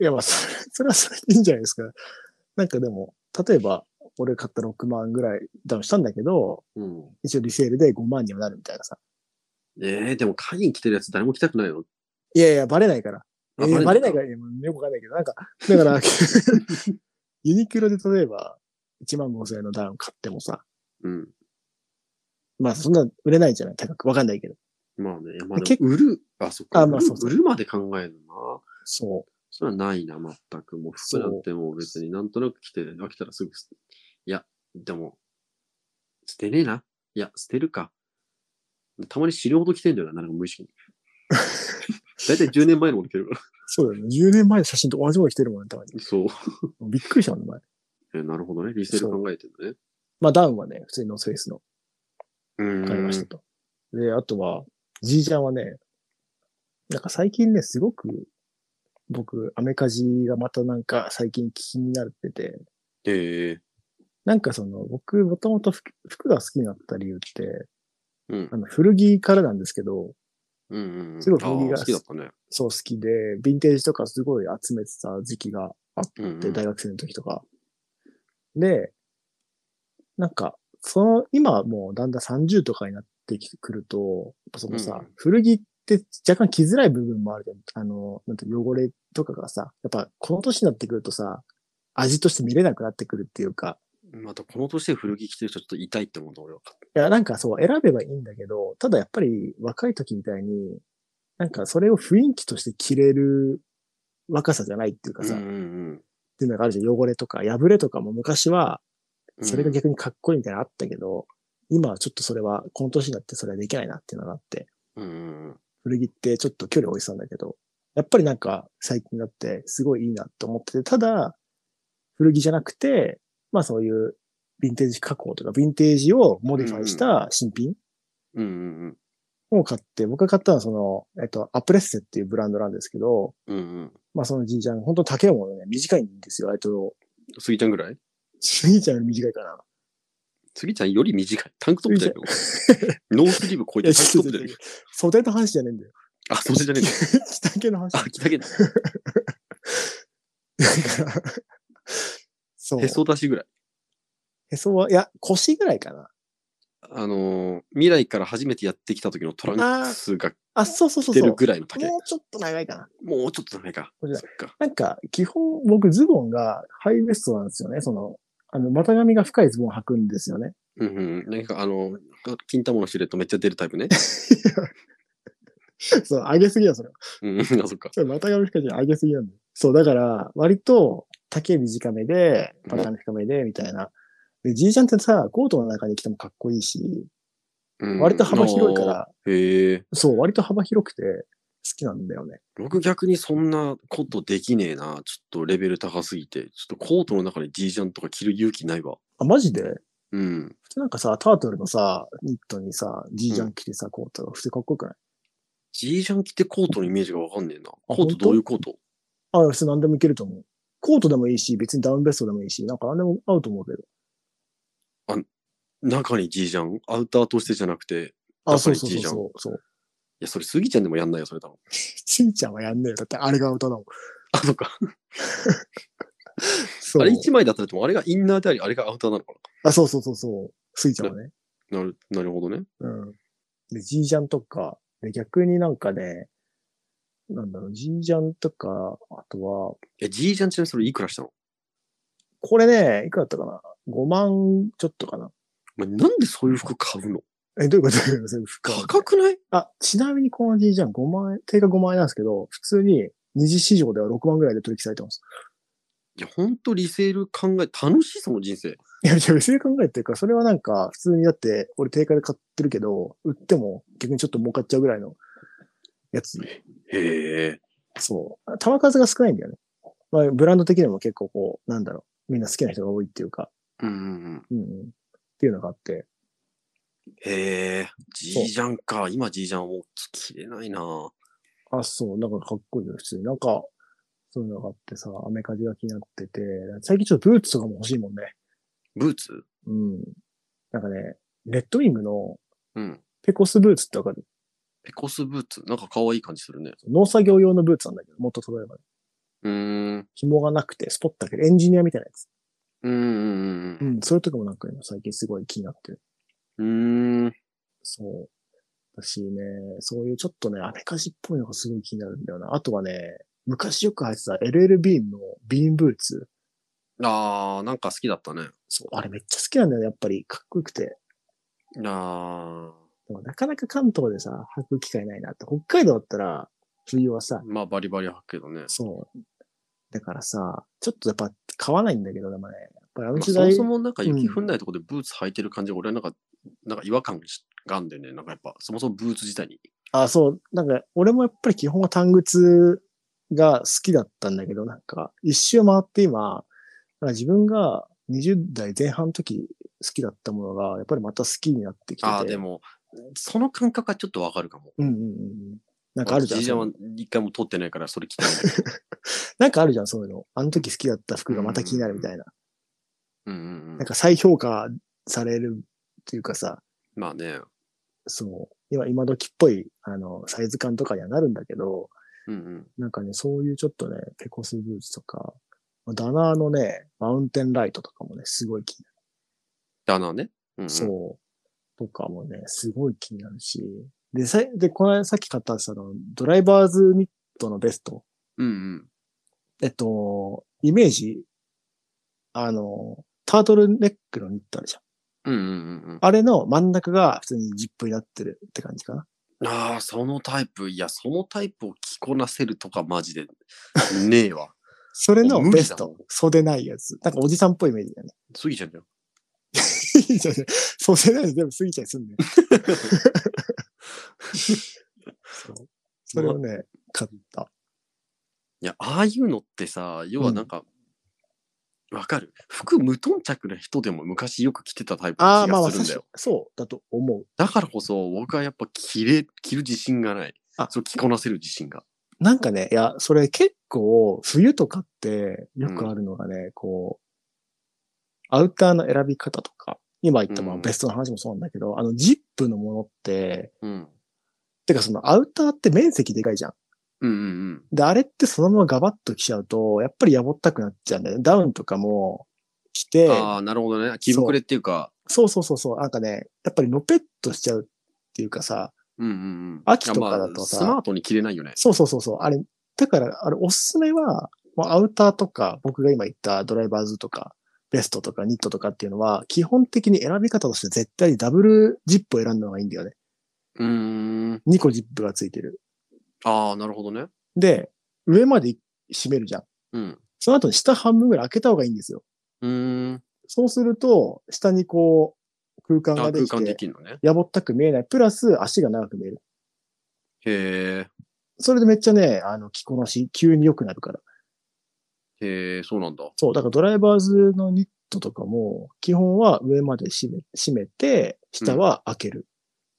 S1: いや、まあ、それ、それはそれでいいんじゃないですか。なんかでも、例えば、俺買った6万ぐらいダウンしたんだけど、
S2: うん。
S1: 一応リセールで5万にはなるみたいなさ。
S2: ええでも会員着てるやつ誰も着たくないよ。
S1: いやいや、バレないから。え
S2: あ
S1: ーバレない
S2: か
S1: から、いやもうよくわかんないけど、なんか、だから、 ユニクロで例えば、1万5千円のダウン買ってもさ、
S2: うん。
S1: まあ、そんな売れないじゃない高く。わかんないけど。
S2: まあね、いやまあで
S1: 結
S2: も売る、あ、そっか。
S1: あまあ
S2: 売る
S1: そうそう
S2: 売るまで考えるな。
S1: そ
S2: それはないな、全く。もう服なんてもう別になんとなく着て、飽きたらすぐ捨て。いや、でも、捨てねえな。いや、捨てるか。たまに死ぬほど着てんだよな、なんか無意識に。だいたい10年前のもの着てるか
S1: う。
S2: ら。
S1: そうだよね。10年前の写真と同じもの着てるもんね、たまに。
S2: そう。
S1: びっくりしたもんね、前。
S2: えなるほどね。リセール考えてるね。
S1: まあ、ダウンはね、普通のスペースの
S2: う
S1: 買いました
S2: ん。
S1: と。で、あとは、ジージャンはね、なんか最近ね、すごく、僕、アメカジがまたなんか最近気になってて、
S2: ええ
S1: なんかその、僕、もともと服服が好きになった理由って、
S2: うん
S1: あ。の、古着からなんですけど、
S2: うんうんうん。
S1: すごい雰囲気が
S2: あー好きだったね。
S1: そう好きで、ヴィンテージとかすごい集めてた時期があって、
S2: うんうん
S1: 大学生の時とか。で、なんか、その、今はもうだんだん30とかになってくると、そのさ、
S2: うんうん
S1: 古着って若干着づらい部分もあるじゃん。あの、なんて汚れとかがさ、やっぱこの年になってくるとさ、味として見れなくなってくるっていうか、
S2: またこの年で古着着てる人ちょっと痛いって思うの俺は。
S1: いや、なんかそう、選べばいいんだけど、ただやっぱり若い時みたいに、なんかそれを雰囲気として着れる若さじゃないっていうかさ、
S2: うんうん
S1: っていうのがあるじゃん。汚れとか、破れとかも昔は、
S2: うん。
S1: それが逆にかっこいいみたいなのあったけど、今はちょっとそれは、この年になってそれはできないなっていうのがあって、
S2: うんうんうん。
S1: 古着ってちょっと距離を置いてたんだけど、やっぱりなんか最近になってすごいいいなと思ってて、ただ、古着じゃなくて、まあそういうヴィンテージ加工とか、ヴィンテージをモディファイした新品
S2: うんうん
S1: を買って、僕が買ったのはその、えっと、アプレッセっていうブランドなんですけど、
S2: うん。うんうん。
S1: まあそのじいちゃん、本当竹山のね、短いんですよ。えっと、
S2: スギちゃんぐらい
S1: スギちゃんより短いかな。
S2: スギちゃんより短い。タンクトップだよ。 ノースリーブ超え
S1: いや、
S2: てタン
S1: ちょ
S2: ク
S1: っ
S2: ト
S1: と
S2: ップだよ。
S1: 袖の話じゃねえんだよ。
S2: あ、そうじゃ ねえんだ。
S1: 下着の話。
S2: あ、着たけど。
S1: だからそう。
S2: へそ出しぐらい。
S1: へそは、いや、腰ぐらいかな。
S2: あのー、未来から初めてやってきた時のトランクスが
S1: あ、そうそうそ
S2: 着
S1: うそ
S2: て
S1: う。
S2: る
S1: も
S2: ぐらいの丈。
S1: うちょっと長いかな。
S2: もうちょっと長いか。
S1: こ
S2: そ
S1: れだ
S2: っか。
S1: なんか、基本、僕、ズボンがハイウエストなんですよね。その、あの、股上が深いズボンを履くんですよね。
S2: うんうん。なんかあの、金玉のシルエットめっちゃ出るタ イプね。
S1: そう、上げすぎだ、それ。
S2: うん、あ、そっか。
S1: それ、股上深いじゃん上げすぎなんだよ。そう、だから、割と、丈短めで、パターン短めで、みたいな。で、じいちゃんってさ、コートの中に着てもかっこいいし、
S2: うん
S1: 割と幅広いか。
S2: あ
S1: ら、
S2: ーへえ。
S1: そう、割と幅広くて好きなんだよね。
S2: 僕逆にそんなことできねえな。ちょっとレベル高すぎて。ちょっとコートの中に D ジャンとか着る勇気ないわ。
S1: あ、マジで
S2: うん。
S1: 普通なんかさ、タートルのさ、ニットにさ、G ジャン着てさ、コート、普通かっこよくない
S2: G ジャン着てコートのイメージがわかんねえな。コートどういうコート
S1: あ、普通何でもいけると思う。コートでもいいし、別にダウンベストでもいいし、なんか何でも合うと思うけど。
S2: 中に G ジャンアウターとしてじゃなくて。
S1: あ、
S2: やっ
S1: そ
S2: ぱ
S1: う
S2: り
S1: そう
S2: G ジャン
S1: そうそう。
S2: いや、それスギちゃんでもやんないよ、それ多分。
S1: ちんちゃんはやんねえよ。だってあれが歌だもん。
S2: あ、そっか。
S1: そう。
S2: あれ一枚だったらでも、あれがインナーであり、あれがアウターなのか
S1: あ、そうそうそうそう。スイちゃんはね。
S2: な。なる、なるほどね。
S1: うん。で、G ジャンとか、で逆になんかね、なんだろう、G ジャンとか、あとは、
S2: え、G ジャンちなみにそれいくらしたの
S1: これね、いくらだったかな ?5 万ちょっとかな。
S2: お前なんでそういう服買うの
S1: え、どういうこと どういうことそれ深い
S2: 高くない
S1: あ、ちなみにこの G ジャン5万円、定価5万円なんですけど、普通に二次市場では6万ぐらいで取引されてます。
S2: いや、ほんとリセール考え、楽しいその人生。
S1: いや、いや別に考えてるから、それはなんか、普通にだって、俺定価で買ってるけど、売っても逆にちょっと儲かっちゃうぐらいのやつ。
S2: へえ。
S1: そう。玉数が少ないんだよね。まあ、ブランド的にも結構こう、なんだろう、みんな好きな人が多いっていうか、
S2: うんうんうん。
S1: うん、うん。っていうのがあって。
S2: へえ。
S1: そう
S2: G ジャンか。今 G ジャンはもう着れないな。
S1: あ、そう、なんかかっこいいよ、普通に。なんか、そういうのがあってさ、アメカジが気になってて、最近ちょっとブーツとかも欲しいもんね。
S2: ブーツ
S1: うん。なんかね、レッドウィングの
S2: うん。
S1: ペコスブーツってわかる
S2: ペコスブーツなんか可愛い感じするね。
S1: 農作業用のブーツなんだけど、もっと例えばね、
S2: うーん。
S1: 紐がなくて、スポットだけど、エンジニアみたいなやつ。
S2: うんうん
S1: うん、それとかもなんか今最近すごい気になってる。
S2: うんうん。うーん。
S1: そう。私ね、そういうちょっとね、アメカジっぽいのがすごい気になるんだよな。あとはね、昔よく履いてた LL ビームのビーンブーツ。
S2: あー、なんか好きだったね。
S1: そう、あれめっちゃ好きなんだよね、やっぱり。かっこよくて。
S2: あ
S1: でもなかなか関東でさ、履く機会ないなって。北海道だったら、冬はさ、
S2: ー。まあ、バリバリ履くけどね。
S1: そう。だからさ、ちょっとやっぱ買わないんだけど、でもね、やっぱりあの
S2: まあ
S1: 時
S2: そも
S1: 代、
S2: そもなんか雪
S1: うん
S2: 降んないとこでブーツ履いてる感じが俺はなんか、なんか違和感があんだよね。なんかやっぱ、そもそもブーツ自体に。
S1: あ、そう、なんか俺もやっぱり基本は単靴が好きだったんだけど、なんか、一周回って今、なんか自分が20代前半の時好きだったものが、やっぱりまた好きになってきてて。
S2: ああ、で。も、その感覚はちょっとわかるかも。
S1: うんうんうんうん。なんかあるじゃん。
S2: 私
S1: そ
S2: は
S1: の
S2: 一回も撮ってないから、それ聞きたいんだ けど。
S1: なんかあるじゃん、そういうの。あの時好きだった服がまた気になるみたいな。
S2: うんうんう
S1: なん
S2: ん。
S1: か再評価されるっていうかさ、
S2: まあね。
S1: そう、今、今時っぽい、あの、サイズ感とかにはなるんだけど、
S2: うんうん。
S1: なんかね、そういうちょっとね、ペコスブーツとか、ダナーのね、マウンテンライトとかもね、すごい気になる。
S2: だなね。うんうん、
S1: そう。とかもね、すごい気になるし。で、さいで、この間さっき買ったその、ドライバーズニットのベスト。
S2: うんうん。
S1: えっと、イメージ、あの、タートルネックのニットあるじゃん。
S2: うんうんうんうん。
S1: あれの真ん中が普通にジップになってるって感じかな。
S2: ああ、そのタイプ、いや、そのタイプを着こなせるとか、マジで、ねえわ。
S1: それの
S2: 無理だ
S1: ベスト。袖ないやつ。なんかおじさんっぽいイメージだね。
S2: すぎちゃんじゃん。
S1: いいじゃん。そうせないで全部過ぎちゃいすんね。そう。それをね、買った。
S2: いや、ああいうのってさ、要はなんか、わ、かる。服無頓着な人でも昔よく着てたタイプ
S1: あ
S2: の
S1: あ、
S2: 気
S1: まあま
S2: が
S1: あ、
S2: するん
S1: 確
S2: だ
S1: か
S2: よ
S1: に。そうだと思う。
S2: だからこそ、僕はやっぱ着れ、着る自信がない。
S1: あ
S2: そう着こなせる自信が。
S1: なんかね、いや、それ結構、冬とかってよくあるのがね、こう、アウターの選び方とか、今言ったまあ
S2: うん
S1: ベストの話もそうなんだけど、あの、ジップのものって、
S2: うん。
S1: てかそのアウターって面積でかいじゃん。
S2: うんうんうん。
S1: で、あれってそのままガバッと着ちゃうと、やっぱりやぼったくなっちゃうんだよね。ダウンとかも着て、
S2: ああ、なるほどね。着ぶくれっていうか、
S1: そうそうそうそう。なんかね、やっぱりのぺっとしちゃうっていうかさ、
S2: うんうんうん。
S1: 秋とかだとさ
S2: いやまあスマートに着れないよね。
S1: そうそうそうそう。あれ、だから、あれ、おすすめは、もうアウターとか、僕が今言ったドライバーズとか、ベストとかニットとかっていうのは、基本的に選び方として絶対にダブルジップを選んだ方がいいんだよね。
S2: うーん。
S1: 2個ジップがついてる。
S2: ああ、なるほどね。
S1: で、上まで締めるじゃん。
S2: うん。
S1: その後に下半分ぐらい開けた方がいいんですよ。
S2: うーん。
S1: そうすると、下にこう、空間
S2: あ
S1: がで
S2: 空
S1: き
S2: 間で
S1: て、
S2: きるのね。
S1: やぼったく見えない。プラス、足が長く見える。
S2: へ
S1: それでめっちゃね、あの、着こなし、急に良くなるから。
S2: え、へえ、そうなんだ。
S1: そう、だからドライバーズのニットとかも、基本は上まで締め締めて、下は開ける。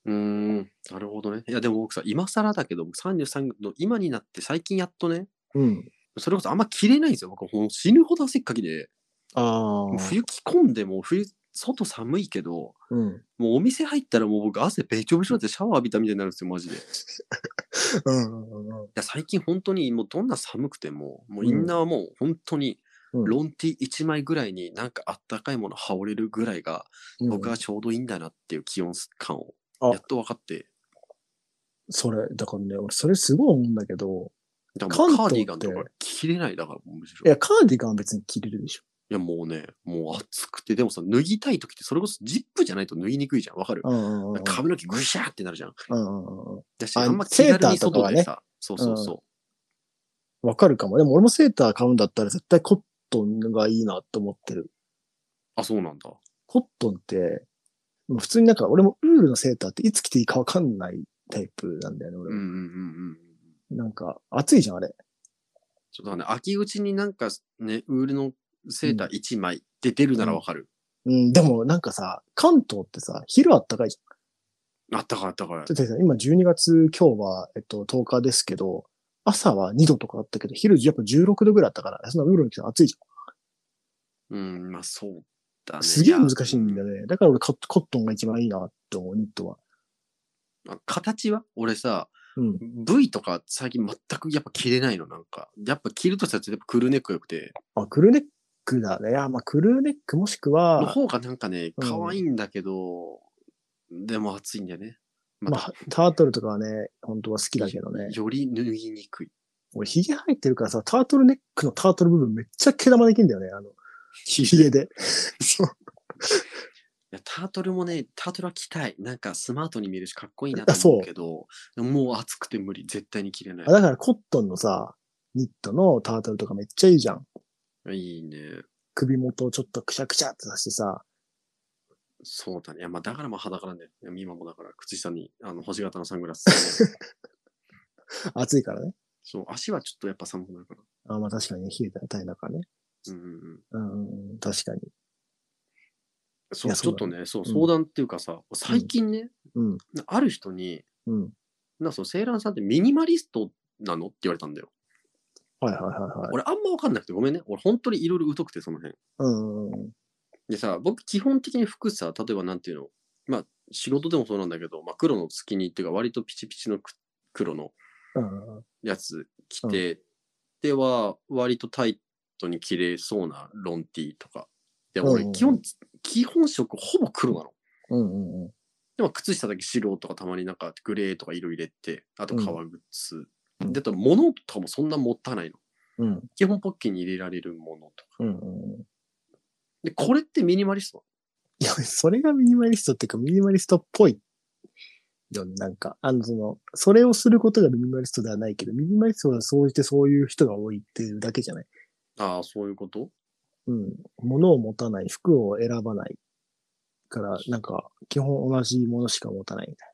S2: うーん、なるほどね。いや、でも僕さ、今更だけど、僕33の今になって最近やっとね、
S1: うん。
S2: それこそあんま着れないんですよ。僕、ほん死ぬほど汗っかきで、
S1: あ
S2: もう
S1: あ。
S2: 冬着込んでも、冬、外寒いけど、
S1: うん。
S2: もうお店入ったらもう僕汗べちょべちょになってシャワー浴びたみたいになるんですよ、マジで。い
S1: うんうんうん
S2: や、最近本当にもうどんな寒くても、もうインナーはもう本当に
S1: うん。
S2: ロンティ1枚ぐらいになんかあったかいもの羽織れるぐらいが、
S1: うん
S2: 僕はちょうどいいんだなっていう気温感を、
S1: あ
S2: やっと分かって、
S1: それ、だからね、俺それすごい思うんだけど、
S2: だからもうカ
S1: 関東っ
S2: ー
S1: て
S2: ディガンとか着れないだから、むしろ。
S1: いや、カーディガンは別に着れるでしょ。
S2: いやもうね、もう暑くて、でもさ、脱ぎたい時って、それこそジップじゃないと脱ぎにくいじゃん、わかる、
S1: うんうんうんうん。
S2: 髪の毛ぐしゃーってなるじゃん。
S1: うんうんうん
S2: だし、
S1: あ
S2: あんま気
S1: セータ
S2: 軽
S1: ー
S2: に
S1: とか
S2: 外
S1: はね
S2: でさ、そうそうそ
S1: わかるかも。でも俺もセーター買うんだったら絶対コットンがいいなと思ってる。
S2: う。あ、そうなんだ。
S1: コットンって、もう普通になんか俺もウールのセーターっていつ着ていいかわかんないタイプなんだよね、
S2: う
S1: 俺
S2: んうん
S1: も。
S2: うんうん。
S1: なんか、暑いじゃん、あれ。
S2: そうだね、秋口になんかね、ウールのセーター1枚で出るならわかる。
S1: うん、でもなんかさ、関東ってさ、昼あったかいじ
S2: あったかいあったかい。
S1: ゃん。だってさ、今12月、今日は、えっと、10日ですけど、朝は2度とかあったけど、昼やっぱ16度ぐらいあったから、そんなウーロン着たら暑いじ
S2: うん、まあそうだ
S1: ゃ
S2: ね。
S1: ん。すげえ難しいんだ
S2: ね。
S1: ね。だから俺ココットンが一番いいなって思う、ニットは。
S2: あ形は俺さ、
S1: うん。
S2: V とか最近全くやっぱ着れないの、なんか。やっぱ着るとしたらやっぱクルーネックが良くて。
S1: あ、クルーネックだね。いや、まあ、クルーネックもしく
S2: の
S1: は、
S2: 方がなんかね、
S1: うん
S2: 可愛いんだけど、でも暑いんだよね。ま
S1: ま
S2: た
S1: あ、タートルとかはね、本当は好きだけどね。
S2: より脱ぎにくい。
S1: 俺、ヒゲ生えてるからさ、タートルネックのタートル部分めっちゃ毛玉できんだよね、あの、ヒゲで。 そう。
S2: いやタートルもね、タートルは着たい。なんかスマートに見えるし、かっこいいな
S1: あ
S2: と
S1: そう
S2: 思うけど、もう暑くて無理。絶対に着れな
S1: あだからコットンのさ、ニットのタートルとかめっちゃいいじゃん。
S2: い。いいね。
S1: 首元をちょっとくしゃくしゃってさしてさ、
S2: そうだね。いやまあ、だからまあ裸なんだよ。いや今もだから、靴下にあの星型のサングラス。
S1: 暑いからね。
S2: そう、足はちょっとやっぱ寒くなるから。
S1: あまあ確かにね、冷えたら大変だからね。
S2: うんうんうん。
S1: うんうんうん、確かに。
S2: そ
S1: いうや
S2: ちょ
S1: そ
S2: っと
S1: う
S2: ね、そう、
S1: うん
S2: 相談っていうかさ、最近ね、
S1: うん、
S2: ある人に、
S1: うん。
S2: なんかそのセイランさんってミニマリストなのって言われたんだよ。
S1: はいはいはいはい。
S2: 俺あんま分かんなくてごめんね。俺本当にいろいろ疎くてその辺。
S1: うんうんうん。
S2: でさ、僕基本的に服さ、例えばなんていうの、まあ仕事でもそうなんだけど、まあ黒のスキニーっていうか割とピチピチのく黒の
S1: うんうん
S2: やつ着て、では割とタイトに着れそうなロンティーとか。で、俺
S1: うん
S2: 基本、基本色ほぼ黒なの。
S1: うんうんうん。
S2: でも靴下だけ白とかたまになんかグレーとか色入れて、あと革靴。
S1: うん
S2: で、あと物とかもそんな持たないの。
S1: うん
S2: 基本ポッケに入れられるものとか。
S1: うんうんうん。
S2: で、これってミニマリスト
S1: いや、それがミニマリストっていうか、ミニマリストっぽい。よね、なんか、あの、その、それをすることがミニマリストではないけど、ミニマリストはそうしてそういう人が多いっていうだけじゃない。
S2: ああ、そういうこと
S1: うん。物を持たない、服を選ばない。から、なんか、基本同じものしか持たないみたい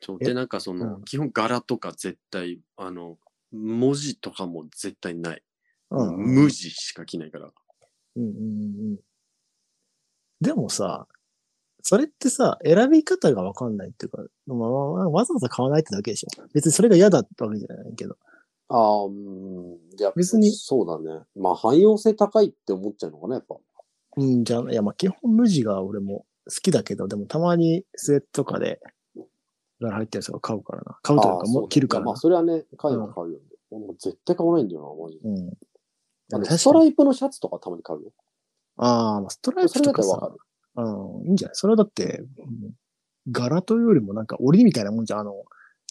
S2: そう。
S1: え
S2: で、なんかその、
S1: うん
S2: 基本柄とか絶対、あの、文字とかも絶対ない。
S1: な。
S2: 無地しか着ないから。
S1: うんうんうんうん。でもさ、それってさ、選び方がわかんないっていうか、まあまあまあわざわざ買わないってだけでしょ。別にそれが嫌だったわけじゃないけど。
S2: ああ、うん。いや
S1: 別に
S2: そうだね。まあ、汎用性高いって思っちゃうのかな、やっぱ。
S1: うん、じゃあ、いや、まあ基本無地が俺も好きだけど、でもたまにスウェットとかで、裏入ってるやつを買うからな。買うというか、もう着るからな。
S2: それはね、買
S1: えば
S2: 買うよ、ね俺も絶対買わないんだよな、マジ
S1: うん。で
S2: あ
S1: も
S2: の
S1: 確
S2: スト
S1: か
S2: ラ
S1: に
S2: イプのシャツとかたまに買うよ。
S1: あーまあ、ストライ
S2: そ
S1: プ
S2: れだ
S1: と
S2: った
S1: から
S2: わか
S1: さ
S2: る、。
S1: うん、いいんじゃないそれはだって、うん柄というよりもなんか折りみたいなもんじゃん、あの、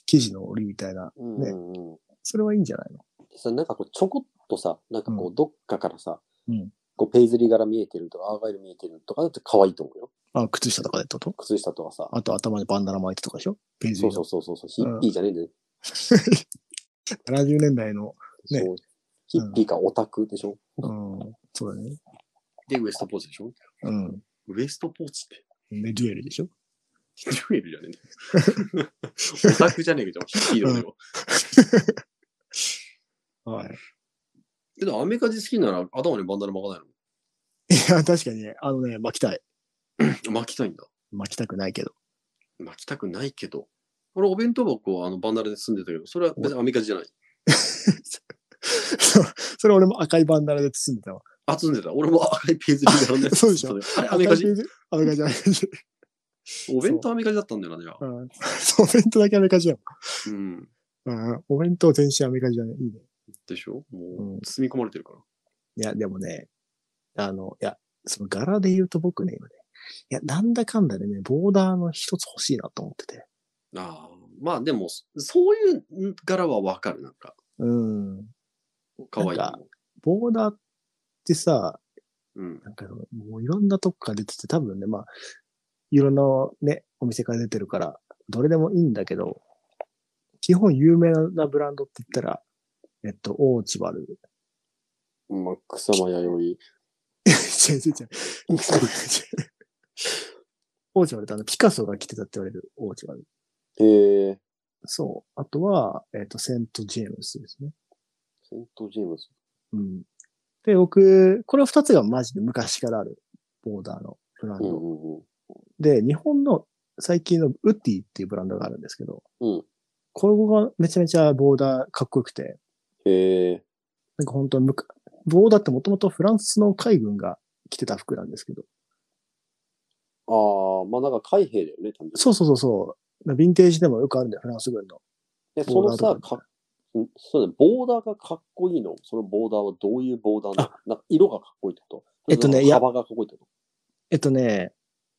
S1: 生地の折りみたいな。
S2: うんうんうん。
S1: それはいいんじゃないの
S2: さ、なんかこう、ちょこっとさ、なんかこ
S1: う
S2: う、どっかからさ、
S1: うん
S2: こう、ペイズリー柄見えてるとか、アーガイル見えてるとかだって可愛いと思うよ。
S1: あ、靴下とかでってこと
S2: 靴下とかさ。
S1: あと頭にバンダナ巻いてとかでしょページ
S2: そう
S1: の。
S2: そうそうそう、ヒ
S1: うん
S2: ッピーじゃねえんだよ。
S1: 70年代の、ね
S2: そうヒッピーかオタクでしょ。
S1: うん、そうだね。
S2: で、ウエストポーチでしょ。
S1: うん。
S2: ウエストポーチって。
S1: で、デュエルでしょ
S2: ジュエルじゃね えんだよ。オタクじゃねえけど、ヒッピーだよ。
S1: はい。
S2: けど、アメリカ人好きなら頭にバンダナ巻かない
S1: いや、確かにね、あのね、巻きたい。
S2: の巻きたいんだ。
S1: 巻きたくないけど。
S2: 巻きたくないけど。俺、お弁当箱はあのバンダナで住んでたけど、それは別にアメリカ人じゃない。
S1: そうそれ俺も赤いバンダナで包んでたわ。
S2: あ、住んでた。俺も赤いページリ柄のやつ
S1: そうでしょ
S2: だよあれ、アメリカ人
S1: 赤いページアメリカじゃない。
S2: お弁当アメリカ人だったんだよな、じゃあ。
S1: うんそう、お弁当だけアメリカじゃん。
S2: うん。
S1: うん、お弁当全身アメリカじゃない。いいね。
S2: でしょ
S1: う
S2: も
S1: ん
S2: う、積み込まれてるから。
S1: いや、でもね、あの、いや、その柄で言うと僕ね、今ね、いや、なんだかんだでね、ボーダーの一つ欲しいなと思ってて。
S2: ああ、まあでも、そそういう柄はわかる、なんか。
S1: うん。
S2: 可愛い
S1: なんボーダーってさ、
S2: うん。
S1: なんかそのもういろんなとこから出てて、多分ね、まあ、いろんなね、お店から出てるから、どれでもいいんだけど、基本有名なブランドって言ったら、えっと、オーチバル。
S2: まあ、草間弥
S1: 違う違う違う。 オーチバルってあの、ピカソが着てたって言われるオーチバル。
S2: 生。へえ。
S1: そう。あとは、えっ、と、セント・ジェームスですね。
S2: セント・ジェームズ。
S1: うん。で、僕、これ二つがマジで昔からあるボーダーのブラン
S2: うん
S1: ド。
S2: うんうん。
S1: で、日本の最近のウッディっていうブランドがあるんですけど、
S2: うん
S1: これがめちゃめちゃボーダーかっこよくて、
S2: へえ。
S1: なんか本当むかボーダーってもともとフランスの海軍が着てた服なんですけど、
S2: ああ、まあなんか海兵だよね、多分
S1: そうそうそうそう、ヴィンテージでもよくあるんだよ、フランス軍の。
S2: えその
S1: ボ
S2: さ
S1: ーダー、と
S2: かんそうだね、ボーダーがかっこいいのそのボーダーはどういうボーダーなのなんか色がかっこいいってこと
S1: えっとね
S2: それとも幅がかっこいいってこ
S1: えっとね、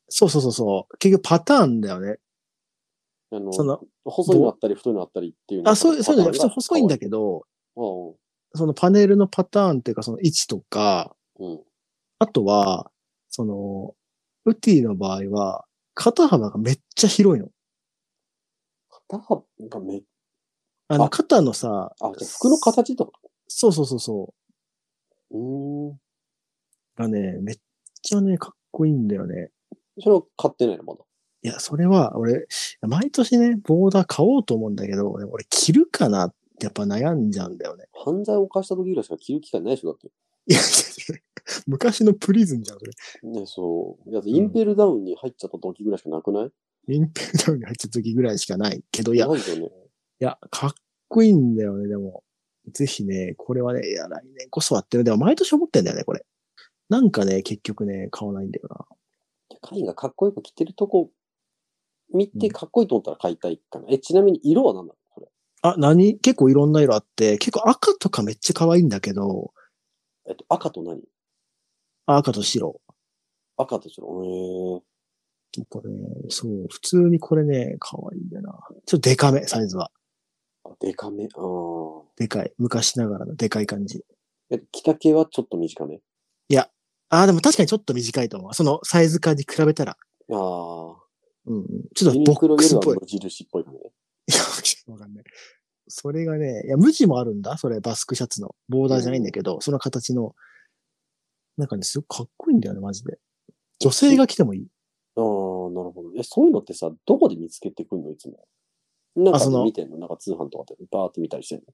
S1: そうそうそうそう、結局パターンだよね。
S2: とあの
S1: その、
S2: 細いのあったり太いのあったりっていう
S1: あ、そう、そうじゃない、普通細いんだ
S2: け
S1: けど、
S2: ど。
S1: そのパネルのパターンっていうか、その位置とか、
S2: うんうん。
S1: あとは、その、ウティの場合は、肩幅がめっちゃ広いの。
S2: 肩幅がめ、
S1: あの、
S2: あ
S1: 肩のさ、
S2: あ、じゃあ服の形ってこ
S1: そうそうそうそ
S2: とうーん。
S1: う。がね、めっちゃね、かっこいいんだよね。
S2: それを買ってないの、まだ。
S1: いや、それは、俺、毎年ね、ボーダー買おうと思うんだけど、俺着るかなっってやっぱ悩んじゃうんだよね。
S2: 犯罪を犯した時ぐらいしか着る機会ないでしょ、だって。
S1: いやいやいや、昔のプリズンじゃん、それ。
S2: ね、そう。いや、インペルダウンに入っちゃった時ぐらいしかなくない、
S1: インペルダウンに入っちゃった時ぐらいしかないけど、いや、い
S2: ないよね。
S1: や、かっこいいんだよね、でも。ぜひね、これはね、いや、来年こそはってね、でも毎年思ってんだよね、これ。なんかね、結局ね、買わないんだよな。
S2: カイがかっこよく着てるとこ見てかっこいいと思ったら買いたいかな。え、ちなみに色は何なのこれ。
S1: あ、何結構いろんな色あって、結構赤とかめっちゃ可愛いんだけど、
S2: えっと、赤と何
S1: あ赤と白。
S2: 赤と白。
S1: これね、そう、普通にこれね、可愛いんだよな。ちょっとデカめ、サイズは。
S2: えー。あでかめ。ああ。
S1: でかい。昔ながらのでかい感じ。
S2: え、着丈はちょっと短め。
S1: ああ、でも確かにちょっと短いと思う。そのサイズ感に比べたら。
S2: ああ。
S1: うんうん。ちょっと
S2: ユニ
S1: ボ
S2: クロ
S1: ッ
S2: よ
S1: ク
S2: り
S1: スっ
S2: は
S1: ぽい。
S2: 無印っぽいかもね。
S1: いや、 わかんない。それがね、いや、無地もあるんだ。それ、バスクシャツの。ボーダーじゃないんだけど、その形の。なんかね、すごくかっこいいんだよね、マジで。女性が着てもいい。
S2: ああ、なるほど。え、そういうのってさ、どこで見つけてくんのいつも。なん
S1: あそ
S2: か
S1: の
S2: 見てんのなんか通販とかでバーって見たりしてんの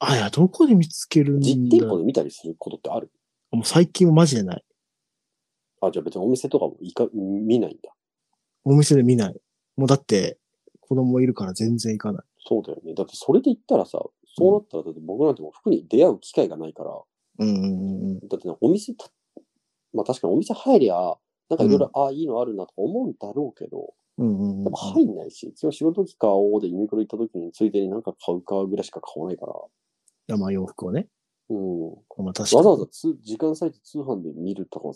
S1: あ、いや、どこで見つけるんだ
S2: 実店舗で見たりすることってある
S1: もう最近はマジでない。
S2: あ、じゃあ別にお店とかもいか見ないんだ。
S1: お店で見ない。もうだって、子供いるから全然行かない。
S2: そうだよね。だってそれで言ったらさ、そうなったらだって僕なんてもう服に出会う機会がないから、
S1: うんうんうんうん。
S2: だってね、お店た、まあ確かにお店入りゃ、なんかいろいろ、ああ、いいのあるなとか思うんだろうけど、
S1: うんうんうん
S2: でも入んないし、今日仕事着買おうでユニクロ行った時についでになんか買うかぐらいしか買わないから、
S1: いやまあ洋服をね。
S2: うん。
S1: まあ確かに。
S2: わざわざ通時間割いて通販で見るとか、うん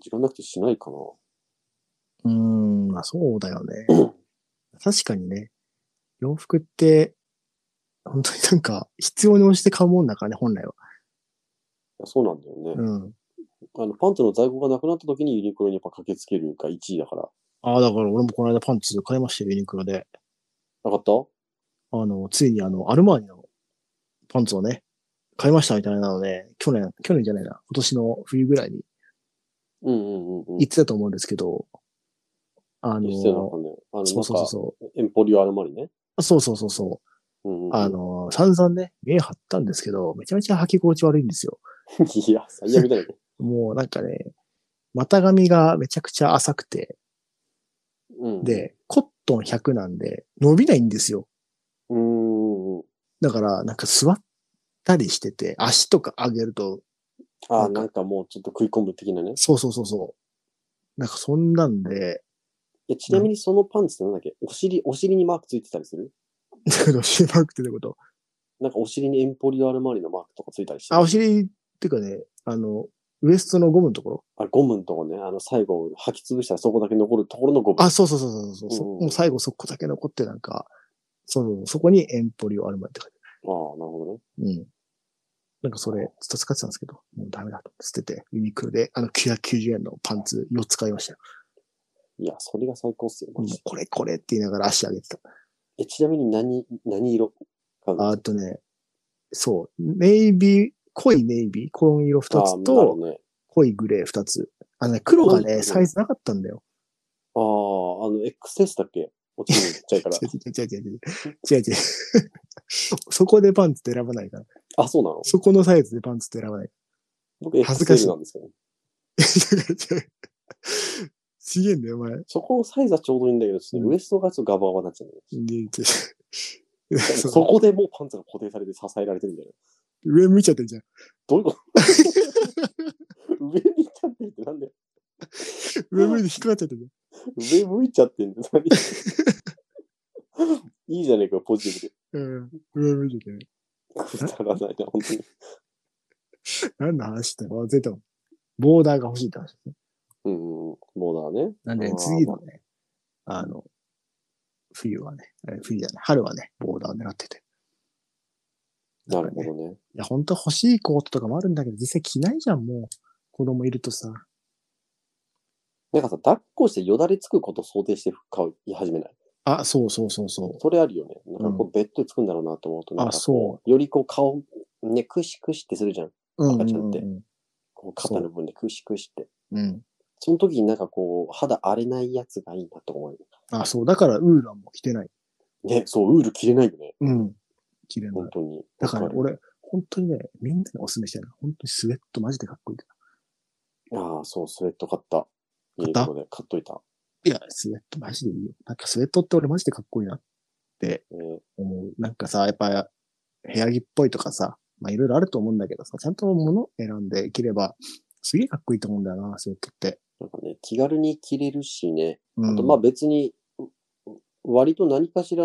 S2: 時間なくてしないかな。
S1: うーん、まあそうだよね。確かにね、洋服って、本当になんか必要に応じて買うもんだからね、本来は。
S2: いやそうなんだよね。
S1: うん。
S2: あの、パンツの在庫がなくなった時にユニクロにやっぱ駆けつけるが1位だから。
S1: ああ、だから俺もこの間パンツ買いましたよ、ユニクロで。
S2: なかった
S1: あの、ついにあの、アルマーニのパンツをね、買いましたみたいなので、去年、去年じゃないな、今年の冬ぐらいに
S2: うんうんうんうん。
S1: 行ってたと思うんですけど、あの、
S2: してたのかね。あの、
S1: そうそう
S2: な
S1: そ
S2: んか、エンポリオアルマリね。
S1: う。そうそうそうそう。
S2: うんうん、
S1: あの、散々ね、目張ったんですけど、めちゃめちゃ履き心地悪いんですよ。
S2: いや、最悪だよね。
S1: もうなんかね、股上がめちゃくちゃ浅くて、
S2: うん、
S1: で、コットン100なんで伸びないんですよ。
S2: うーん。
S1: だから、なんか座ったりしてて、足とか上げると、
S2: あ
S1: な
S2: あ、
S1: んか
S2: なんかもうちょっと食い込む的なね。
S1: そうそうそうそう。なんかそんなんで、
S2: いやちなみにそのパンツってなんだっけお尻、お尻にマークついてたりする
S1: だけど、シーマークってどういうこと
S2: なんかお尻にエンポリオアルマリのマークとかついたりしてる
S1: あ、お尻っていうかね、あの、ウエストのゴムのところ
S2: あ、ゴムのとこね、あの、最後、吐き潰したらそこだけ残るところのゴム。
S1: あ、そうそうそうそうそう、そ
S2: うん
S1: もう最後そこだけ残ってなんか、そう、そこにエンポリオアルマリって書いてある
S2: ああ、なるほどね。
S1: うん。なんかそれ、ずっと使ってたんですけど、もうダメだと捨てて、ユニクロで、あの、990円のパンツ4つ買いましたよ。
S2: いや、それが最高っすよ、
S1: も
S2: マ
S1: う
S2: ジで
S1: これこれって言いながら足上げてた。
S2: え、ちなみに何、何色買うの
S1: あとね、そう、ネイビー、濃いネイビー、紺色
S2: あ
S1: 2
S2: あ
S1: つ
S2: なるほ
S1: と、
S2: どね。
S1: 濃いグレー2つ。あのね、黒が
S2: 濃い
S1: ね、
S2: 黒
S1: サイズなかったんだよ。
S2: ああ、あの、XS だ
S1: 。
S2: っけ落ちるのちっちゃいから
S1: 違う違う違う違う違う違う違う。そこでパンツって選ばないから。
S2: あ、そうなの
S1: そこのサイズでパンツって選ばない。
S2: 僕
S1: 恥ずかしい
S2: XL なんですけど、
S1: 違う違う。ちげえんだよ、お前。
S2: そこのサイズはちょうどいいんだけど、ちょっとウエストがちょっとガバガバになっちゃうんだよね。
S1: で違う
S2: そ
S1: そう
S2: こでもうパンツが固定されて支えられてる んだよね。
S1: 上向いちゃってんじゃん。
S2: どういうこと上向いちゃってるってなんだよ。
S1: 上向いて引っかかっちゃってんじゃん。
S2: 上向いちゃっ てんだよ。いいじゃねえか、ポジティ
S1: うん。上向いててね。
S2: ブで。くだらないな、本当に。
S1: 何の話だよ。忘れたもん。ボーダーが欲しいって話。
S2: うんうんうん、もうだね。
S1: なんで
S2: あ、ー
S1: 次のね、あの、冬はね、え冬じゃない、春はね、ボーダーを狙ってて。
S2: なるほ
S1: ね。
S2: どね。
S1: いや、本当は欲しいコートとかもあるんだけど、実際着ないじゃん、もう。子供いるとさ。
S2: なんかさ、抱っこしてよだれつくことを想定して買い始めない。
S1: あ、そうそうそうそ
S2: それあるよね。なんかこう、ベッドでつくんだろうなと思うと、なんか
S1: あそ
S2: こう、よりこう、顔、ね、くしくしってするじゃん。
S1: う。うん、う
S2: 赤
S1: ん
S2: ちゃんっ
S1: う
S2: て
S1: ん。
S2: こう、肩の部分でくしくしって。
S1: うん。
S2: その時になんかこう、肌荒れないやつがいいなと思うよ。
S1: あ、そう。だから、ウーランも着てない。
S2: ね、そう、ウール着れないよね。
S1: うん。着れるの
S2: 本
S1: よ。
S2: 当に。
S1: だからね、
S2: わ
S1: 俺、本当にね、みんなにお勧めしたいのは、本当にスウェットマジでかっこいいか
S2: るああ、そう、スウェット買った。
S1: 買った
S2: いいとこで買っといた。
S1: ら。いや、スウェットマジでいいよ。なんかスウェットって俺マジでかっこいいなって
S2: えー
S1: 思う。なんかさ、やっぱ、部屋着っぽいとかさ、まあいろいろあると思うんだけどさ、ちゃんと物選んで着れば、すげえかっこいいと思うんだよな、スウェットって。
S2: なんかね、気軽に着れるしね。
S1: うん、
S2: あと、まあ別に、割と何かしら、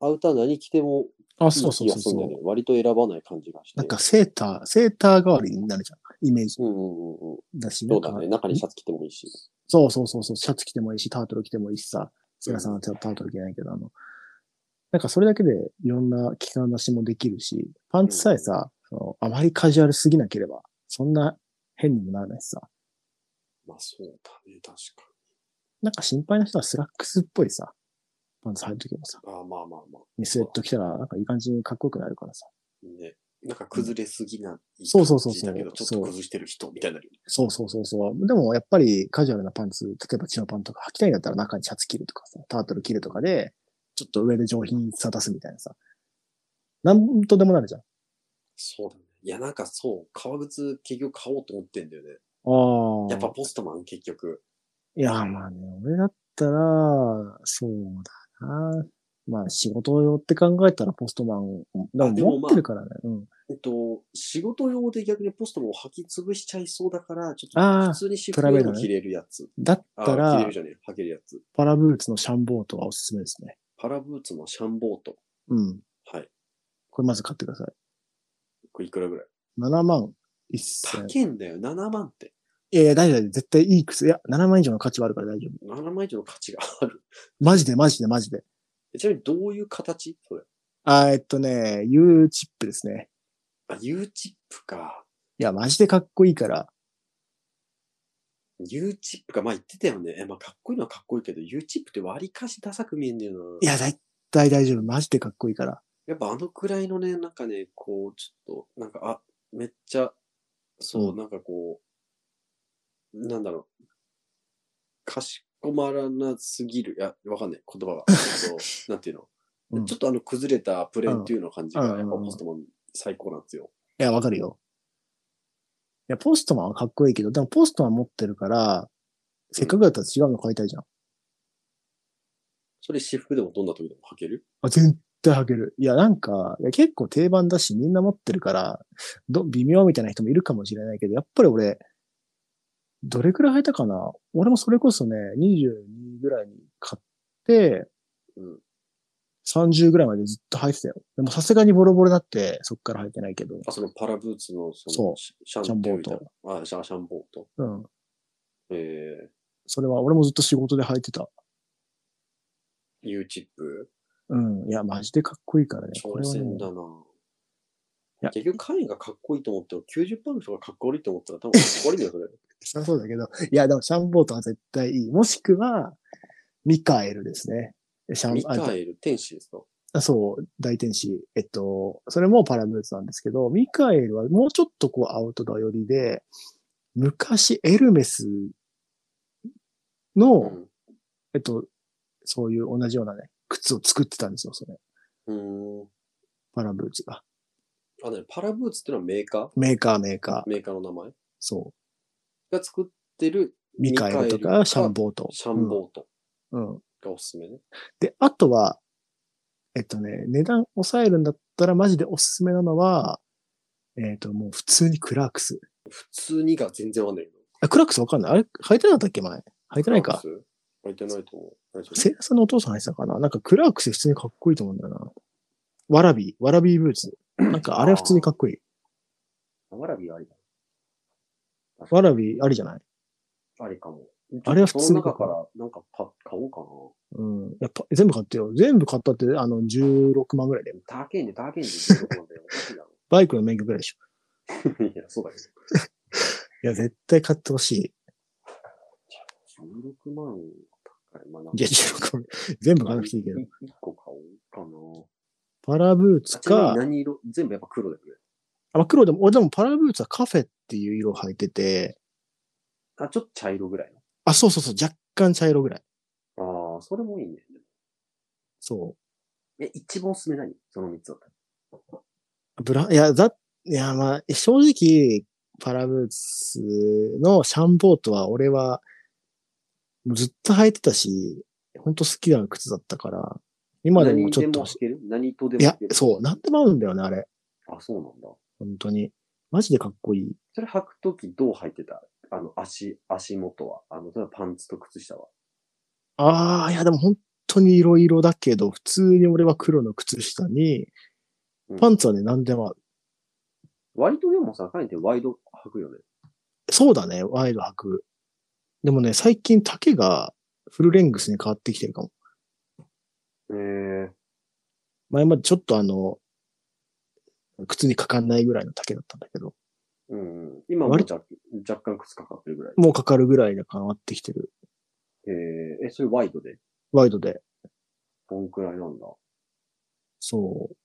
S2: アウター何着ても
S1: あ、
S2: いい気
S1: そう
S2: が
S1: そうそう
S2: す
S1: そ
S2: るんだ
S1: う
S2: よね。。割と選ばない感じがして。
S1: なんかセーター、セーター代わりになるじゃん。イメージ
S2: うんうんうんうん。
S1: だし、
S2: そう
S1: な
S2: だ
S1: んか
S2: ね。中にシャツ着てもいいし。
S1: そうそうそうそう、シャツ着てもいいし、タートル着てもいいしさ、セラさんはちょっとタートル着ないけど、あの、なんかそれだけでいろんな着こなしもできるし、パンツさえさ、そのあまりカジュアルすぎなければ、そんな変にもならないしさ、
S2: まあそうだね、確か
S1: なんか心配な人はスラックスっぽいさ、パンツ履いるときもさ、
S2: に。ああ、まあまあまあ。
S1: スウェット着たらなんかいい感じにかっこよくなるからさ。
S2: ね。なんか崩れすぎない
S1: そうそうそうそう
S2: 感じだけど、ちょっと崩してる人みたいになるよね。
S1: そうそうそうそう。でもやっぱりカジュアルなパンツ、例えばチノパンとか履きたいんだったら中にシャツ着るとかさ、タートル着るとかで、ちょっと上で上品さ出すみたいなさ、なんとでもなるじゃん。
S2: そうだね。いや、なんかそう、革靴結局買おうと思ってんだよね。
S1: ああ。
S2: やっぱポストマン結局。
S1: いや、まあね、俺だったら、そうだな。まあ仕事用って考えたらポストマン、だから
S2: でもまあ
S1: 持ってるからね。うん。
S2: えっと、仕事用で逆にポストマンを履き潰しちゃいそうだから、ちょっ
S1: あ
S2: と
S1: あ
S2: 普通に私
S1: プライ
S2: 服
S1: ベ
S2: で
S1: ート
S2: も
S1: ね
S2: 着れるやつ。
S1: だっ
S2: あ
S1: た
S2: あ、着れ
S1: ら
S2: る、じゃねえ。履けるやつ。
S1: パラブーツのシャンボートがおすすめですね。
S2: パラブーツのシャンボート。
S1: うん。
S2: はい。
S1: これまず買ってください。
S2: これいくらぐらい
S1: 7万1000。
S2: 高いんだよ、7万って。
S1: いやいや、大丈夫、大丈夫絶対いい靴。いや、7万以上の価値はあるから大丈夫。
S2: 7万以上の価値がある。
S1: マジでマジでマジで。
S2: えちなみにどういう形それ。
S1: あーえっとね、U チップですね。
S2: あ、U チップか。
S1: いや、マジでかっこいいから。
S2: U チップか。まあ言ってたよね。えまあかっこいいのはかっこいいけど、U チップって割りかしダサく見えんだよな。
S1: いや、だいたい大丈夫。マジでかっこいいから。
S2: やっぱあのくらいのね、なんかね、こう、ちょっと、なんか、あ、めっちゃ、そう、
S1: うん
S2: なんかこう、なんだろう。かしこまらなすぎる。いや、わかんない。言葉が。そうなんていうの、
S1: うん
S2: ちょっとあの、崩れたプレーンっていうの感じが、
S1: うん
S2: やっ
S1: うん
S2: ぱ
S1: うんうん
S2: ポストマン最高なんですよ。
S1: いや、わかるよ。いや、ポストマンはかっこいいけど、でもポストマン持ってるから、せっかくだったら違うの買いたいじゃん。
S2: それ私服でもどんな時でも履ける
S1: あ、絶対履ける。いや、なんか、いや結構定番だし、みんな持ってるから、ど、微妙みたいな人もいるかもしれないけど、やっぱり俺、どれくらい履いたかな俺もそれこそね、22ぐらいに買って、
S2: うん。
S1: 30ぐらいまでずっと履いてたよ。でもさすがにボロボロだって、そっから履いてないけど。
S2: あ、そのパラブーツの、その、
S1: そう
S2: シャシャンボート。あ、シャシャンボート。
S1: うん。
S2: えー、
S1: それは俺もずっと仕事で履いてた。
S2: U チップ。
S1: うん。いや、マジでかっこいいからね。こ
S2: 挑
S1: れはね
S2: 戦だな。
S1: いや
S2: 結局、会員がかっこいいと思っても、90%の人がかっこ悪いと思ったら、多分かっこ悪いんだよ、それ。
S1: そりゃそうだけど、いや、でもシャンボートは絶対いい。もしくは、ミカエルですね。シャン
S2: ミ
S1: あ
S2: カエル、天使ですか
S1: あそう、大天使。えっと、それもパラムーツなんですけど、ミカエルはもうちょっとこうアウトドア寄りで、昔エルメスの、
S2: うん
S1: えっと、そういう同じようなね、靴を作ってたんですよ、それ。
S2: うーん。
S1: パラムーツが。
S2: あ、ね、パラブーツってのはメーカー
S1: メーカー、メーカー。
S2: メーカーの名前
S1: そ
S2: が作ってる
S1: う。ミカエルと
S2: ミカエル
S1: か、
S2: か
S1: シャンボート。
S2: シャンボート
S1: うん。うん。
S2: がおすすめね。
S1: で、あとは、えっとね、値段抑えるんだったらマジでおすすめなのは、えっと、もう普通にクラークス。
S2: 普通にが全然わかんないけど。
S1: あ、クラークスわかんないあれ、履いてなかったっけ前。履いてない
S2: ラッ
S1: か
S2: ク。ス。履いてないと思う。何それ
S1: セイラさんのお父さん履いてたかななんかクラークス普通にかっこいいと思うんだよな。わらび、わらびブーツ。なんかあれは普通にかっこいい。
S2: あわらびはありだ。
S1: わらびありじゃない
S2: ありかも。
S1: あれは普通
S2: その
S1: に
S2: 中から、なんかパ買おうかな。
S1: うん。やっぱ全部買ってよ。全部買ったって、あの、16万ぐらいで。
S2: 高えんで、高えんで、16なんだよ。おかしいだろ
S1: バイクの免許ぐらいでしょ。
S2: いや、そうだけど。
S1: いや、絶対買ってほしい。
S2: 16万高い。まあ、なんか
S1: いや、16万。全部買わなくていいけど。
S2: い一個買おうかな。
S1: パラブーツ
S2: ち
S1: か
S2: なみに、何色全部やっぱ黒だよね。
S1: あ、まあ黒でも、俺でもパラブーツはカフェっていう色を履いてて、
S2: あ、ちょっと茶色ぐらい
S1: あ、そうそうそう、若干茶色ぐらい。
S2: の。ああ、それもいいね。
S1: そ
S2: え、一番おすすめ何その3つだったら。
S1: ブラ、いや、だ、いや、まあ、正直、パラブーツのシャンボートは俺は、もうずっと履いてたし、ほんと好きな靴だったから、今でもちょっ
S2: 何で
S1: と
S2: も、履ける何とで
S1: い
S2: も
S1: や
S2: 履け、る
S1: そう、なんでも合うんだよね、あれ。
S2: あ、そうなんだ。
S1: 本当に。マジでかっこいい。
S2: それ履くときどう履いてたあの、足、足元は。あの、例えばパンツと靴下は。
S1: ああ、いや、でも本当に色々だけど、普通に俺は黒の靴下に
S2: うん、
S1: パンツはね、何でも合う。
S2: 割とでもさ、かにてワイド履くよね。
S1: そうだね、ワイド履く。でもね、最近丈がフルレングスに変わってきてるかも。
S2: ええ
S1: 前までちょっとあの、靴にかかんないぐらいの丈だったんだけど、
S2: うんうん。今も
S1: 割
S2: 若若干靴かかってるぐらい。
S1: もうかかるぐらいが変わってきてる。
S2: えええ、それワイドで。
S1: ワイドで。
S2: こんくらいなんだ。
S1: そう。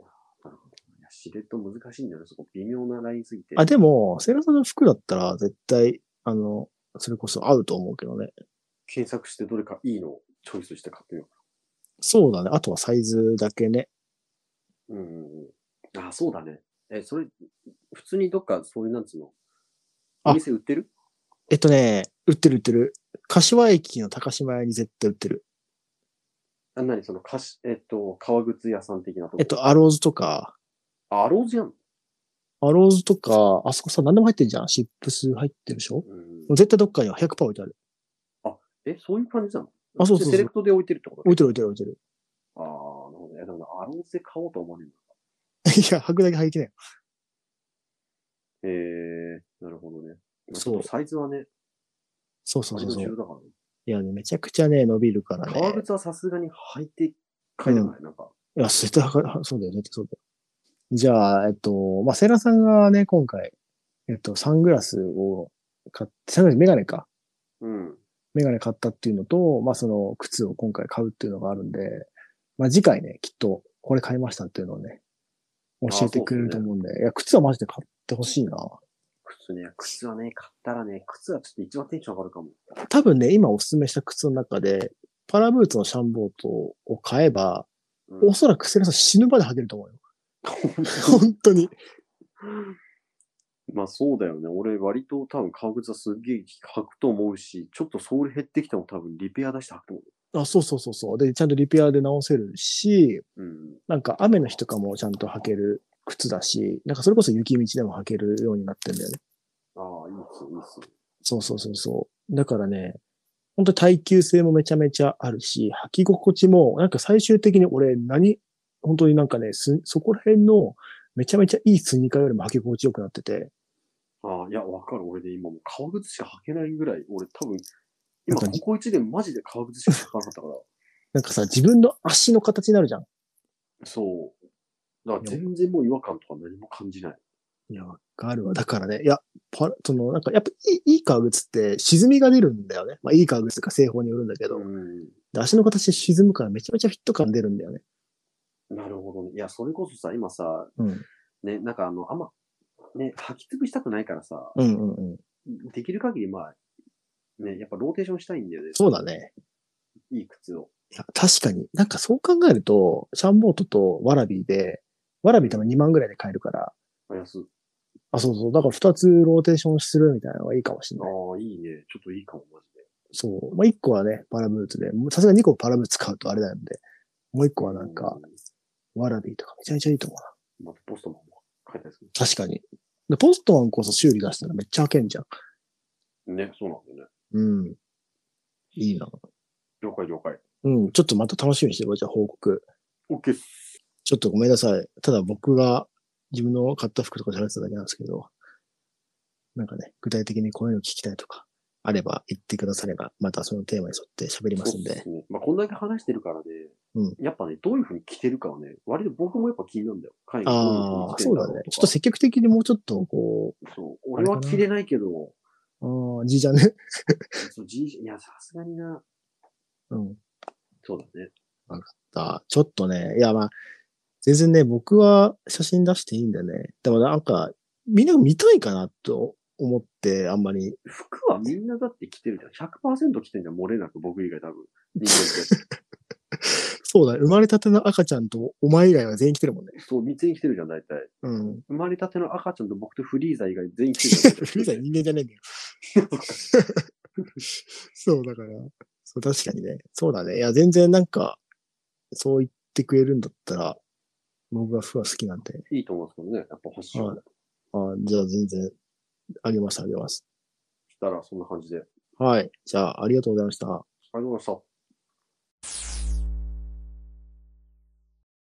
S2: いや、しれっと難しいんだよね。そこ微妙なラインすぎて。
S1: あ、でも、セイラさんの服だったら絶対、あの、それこそ合うと思うけどね。
S2: 検索してどれかいいのをチョイスして買ってみよ
S1: そうだね。あとはサイズだけね。
S2: う。うんうんうん。あ、そうだね。え、それ、普通にどっかそういうなんつうの、
S1: あ
S2: お店売ってる
S1: えっとね、売ってる売ってる。柏駅の高島屋に絶対売ってる。
S2: あ、なにその、かし、えっと、革靴屋さん的なとこ。
S1: えっ、と、アローズとか、
S2: アローズやん。
S1: アローズとか、あそこさ、何でも入ってるじゃん。シップス入ってるでしょ
S2: うん、
S1: 絶対どっかには100%置いてある。
S2: え、そういう感じなの
S1: あそうそうそう
S2: セレクトで置いてるってこと
S1: 置い
S2: て
S1: てる置いてる置いてる。
S2: ああ、なるほどね。でもな、アローズで買おうと思わ ね
S1: いや、履くだけ履いてない。
S2: えんだ。へえ、なるほどね。
S1: そう
S2: まあちょっとサイズはね、
S1: そうそう
S2: 割
S1: そうそ
S2: と重
S1: う
S2: 要。だからね。
S1: いやね、めちゃくちゃね、伸びるから
S2: 革
S1: ね。
S2: 靴はさすがに履いて買いたくない、なんか。
S1: いや、絶対履か、そうだよね、そうだよ。じゃあ、えっと、まあ、セイラさんがね、今回、えっと、サングラスを買って、サングラスメガネか。
S2: うん。
S1: メガネ買ったっていうのと、まあ、その靴を今回買うっていうのがあるんで、まあ、次回ね、きっとこれ買いましたっていうのをね、教えてくれると思うんで、いや、靴はマジで買ってほしいな。
S2: 靴ね、靴はね、買ったらね、靴はちょっと一番テンション上がるかも。
S1: 多分ね、今おすすめした靴の中で、パラブーツのシャンボートを買えば、
S2: うん
S1: おそらくセラさん死ぬまで履けると思う よ。本当に。
S2: まあそうだよね。俺割と多分革靴はすっげえ履くと思うし、ちょっとソール減ってきても多分リペア出して履くと思
S1: あ、そうそうそうそう。で、ちゃんとリペアで直せるし、
S2: う。うん。
S1: なんか雨の日とかもちゃんと履ける靴だし、なんかそれこそ雪道でも履けるようになってんだよね。
S2: ああ、いいっすよ、いいっすよ。
S1: そうそうそうそう。だからね、本当耐久性もめちゃめちゃあるし、履き心地も、なんか最終的に俺何、本当になんかね、すそこら辺のめちゃめちゃいいスニーカーよりも履き心地よくなってて、
S2: ああ、いや、わかる。俺で今もう革靴しか履けないぐらい、俺多分、今
S1: なんか
S2: ここ一年マジで革靴しか履かなかったから、
S1: なんかさ、自分の足の形になるじゃん。
S2: そう。だから全然もう違和感とか何も感じない。
S1: いや、わかるわ。だからね、いや、パラその、なんかやっぱいいいい革靴って沈みが出るんだよね。まあいい革靴とか製法によるんだけど、
S2: うん。
S1: で足の形で沈むからめちゃめちゃフィット感出るんだよね。
S2: なるほどね。いや、それこそさ、今さ、
S1: うん。
S2: ね、なんかあの、あんま、ね、履き潰したくないからさ、
S1: うんうんうん。
S2: できる限りまあ、ね、やっぱローテーションしたいんだよね。
S1: そうだね。
S2: いい靴を。
S1: いや、確かに。なんかそう考えると、シャンボートとワラビーで、ワラビー多分2万ぐらいで買えるから、
S2: 安。
S1: あ、そうそう。だから2つローテーションするみたいなのがいいかもしれ
S2: あ
S1: ない。
S2: あ、いいね。ちょっといいかも、マジで。
S1: そう。まあ、1個はね、パラブーツで、もうさすがに2個パラブーツ買うとあれなんで、もう1個はなんか、ワラビーとかめちゃめちゃいいと思う
S2: うん。またポストマンも書いたりする。
S1: な。確かに。で、ポストマンこそ修理出したらめっちゃ開けんじゃん。
S2: ね、そうなんだよね。
S1: うん。いいな。
S2: 了解、了解。
S1: うん。ちょっとまた楽しみにしてるわ、じゃあ報告。
S2: OK っす。
S1: ちょっとごめんなさい。ただ僕が自分の買った服とか喋ってただけなんですけど、なんかね、具体的にこういうの聞きたいとか、あれば言ってくだされば、またそのテーマに沿って喋りますん
S2: そうっ
S1: で。
S2: すね。まあ、こんだけ話してるからね、
S1: うん
S2: やっぱね、どういうふうに着てるかはね、割と僕もやっぱ気になるんだよ。海外どういう
S1: ああ、
S2: 風に着て
S1: そ
S2: る
S1: う
S2: だ
S1: だ
S2: ろ
S1: ね
S2: う。と
S1: ちょっ
S2: か
S1: と積極的にもうちょっとこ
S2: そう。俺は着れないけど、
S1: う、ああ、じいちゃんね。
S2: そう G いや、さすがにな。
S1: うん。
S2: そうだね。
S1: だちょっとね、いやまあ、全然ね、僕は写真出していいんでね。でもなんか、みんな見たいかなと思って、あんまり。
S2: 服はみんなだって着てるじゃん。100%着てるじゃん、漏れなく、僕以外多分。人間って。
S1: そうだね。生まれたての赤ちゃんとお前以外は全員来てるもんね。
S2: そう、全員来てるじゃん、大体。
S1: うん。
S2: 生まれたての赤ちゃんと僕とフリーザ以外全員来てるじゃん。
S1: フリーザ人間じゃねえんだよ。 そう、だから。そう、確かにね。そうだね。いや、全然なんか、そう言ってくれるんだったら、僕がフは好きなんで。
S2: いいと思うんですけどね、やっぱ欲しいよね。
S1: はいあじゃあ全然、あげます、あげます。
S2: したら、そんな感じで。あり
S1: はい。じゃあ、ありがとうございました。
S2: がとうございました。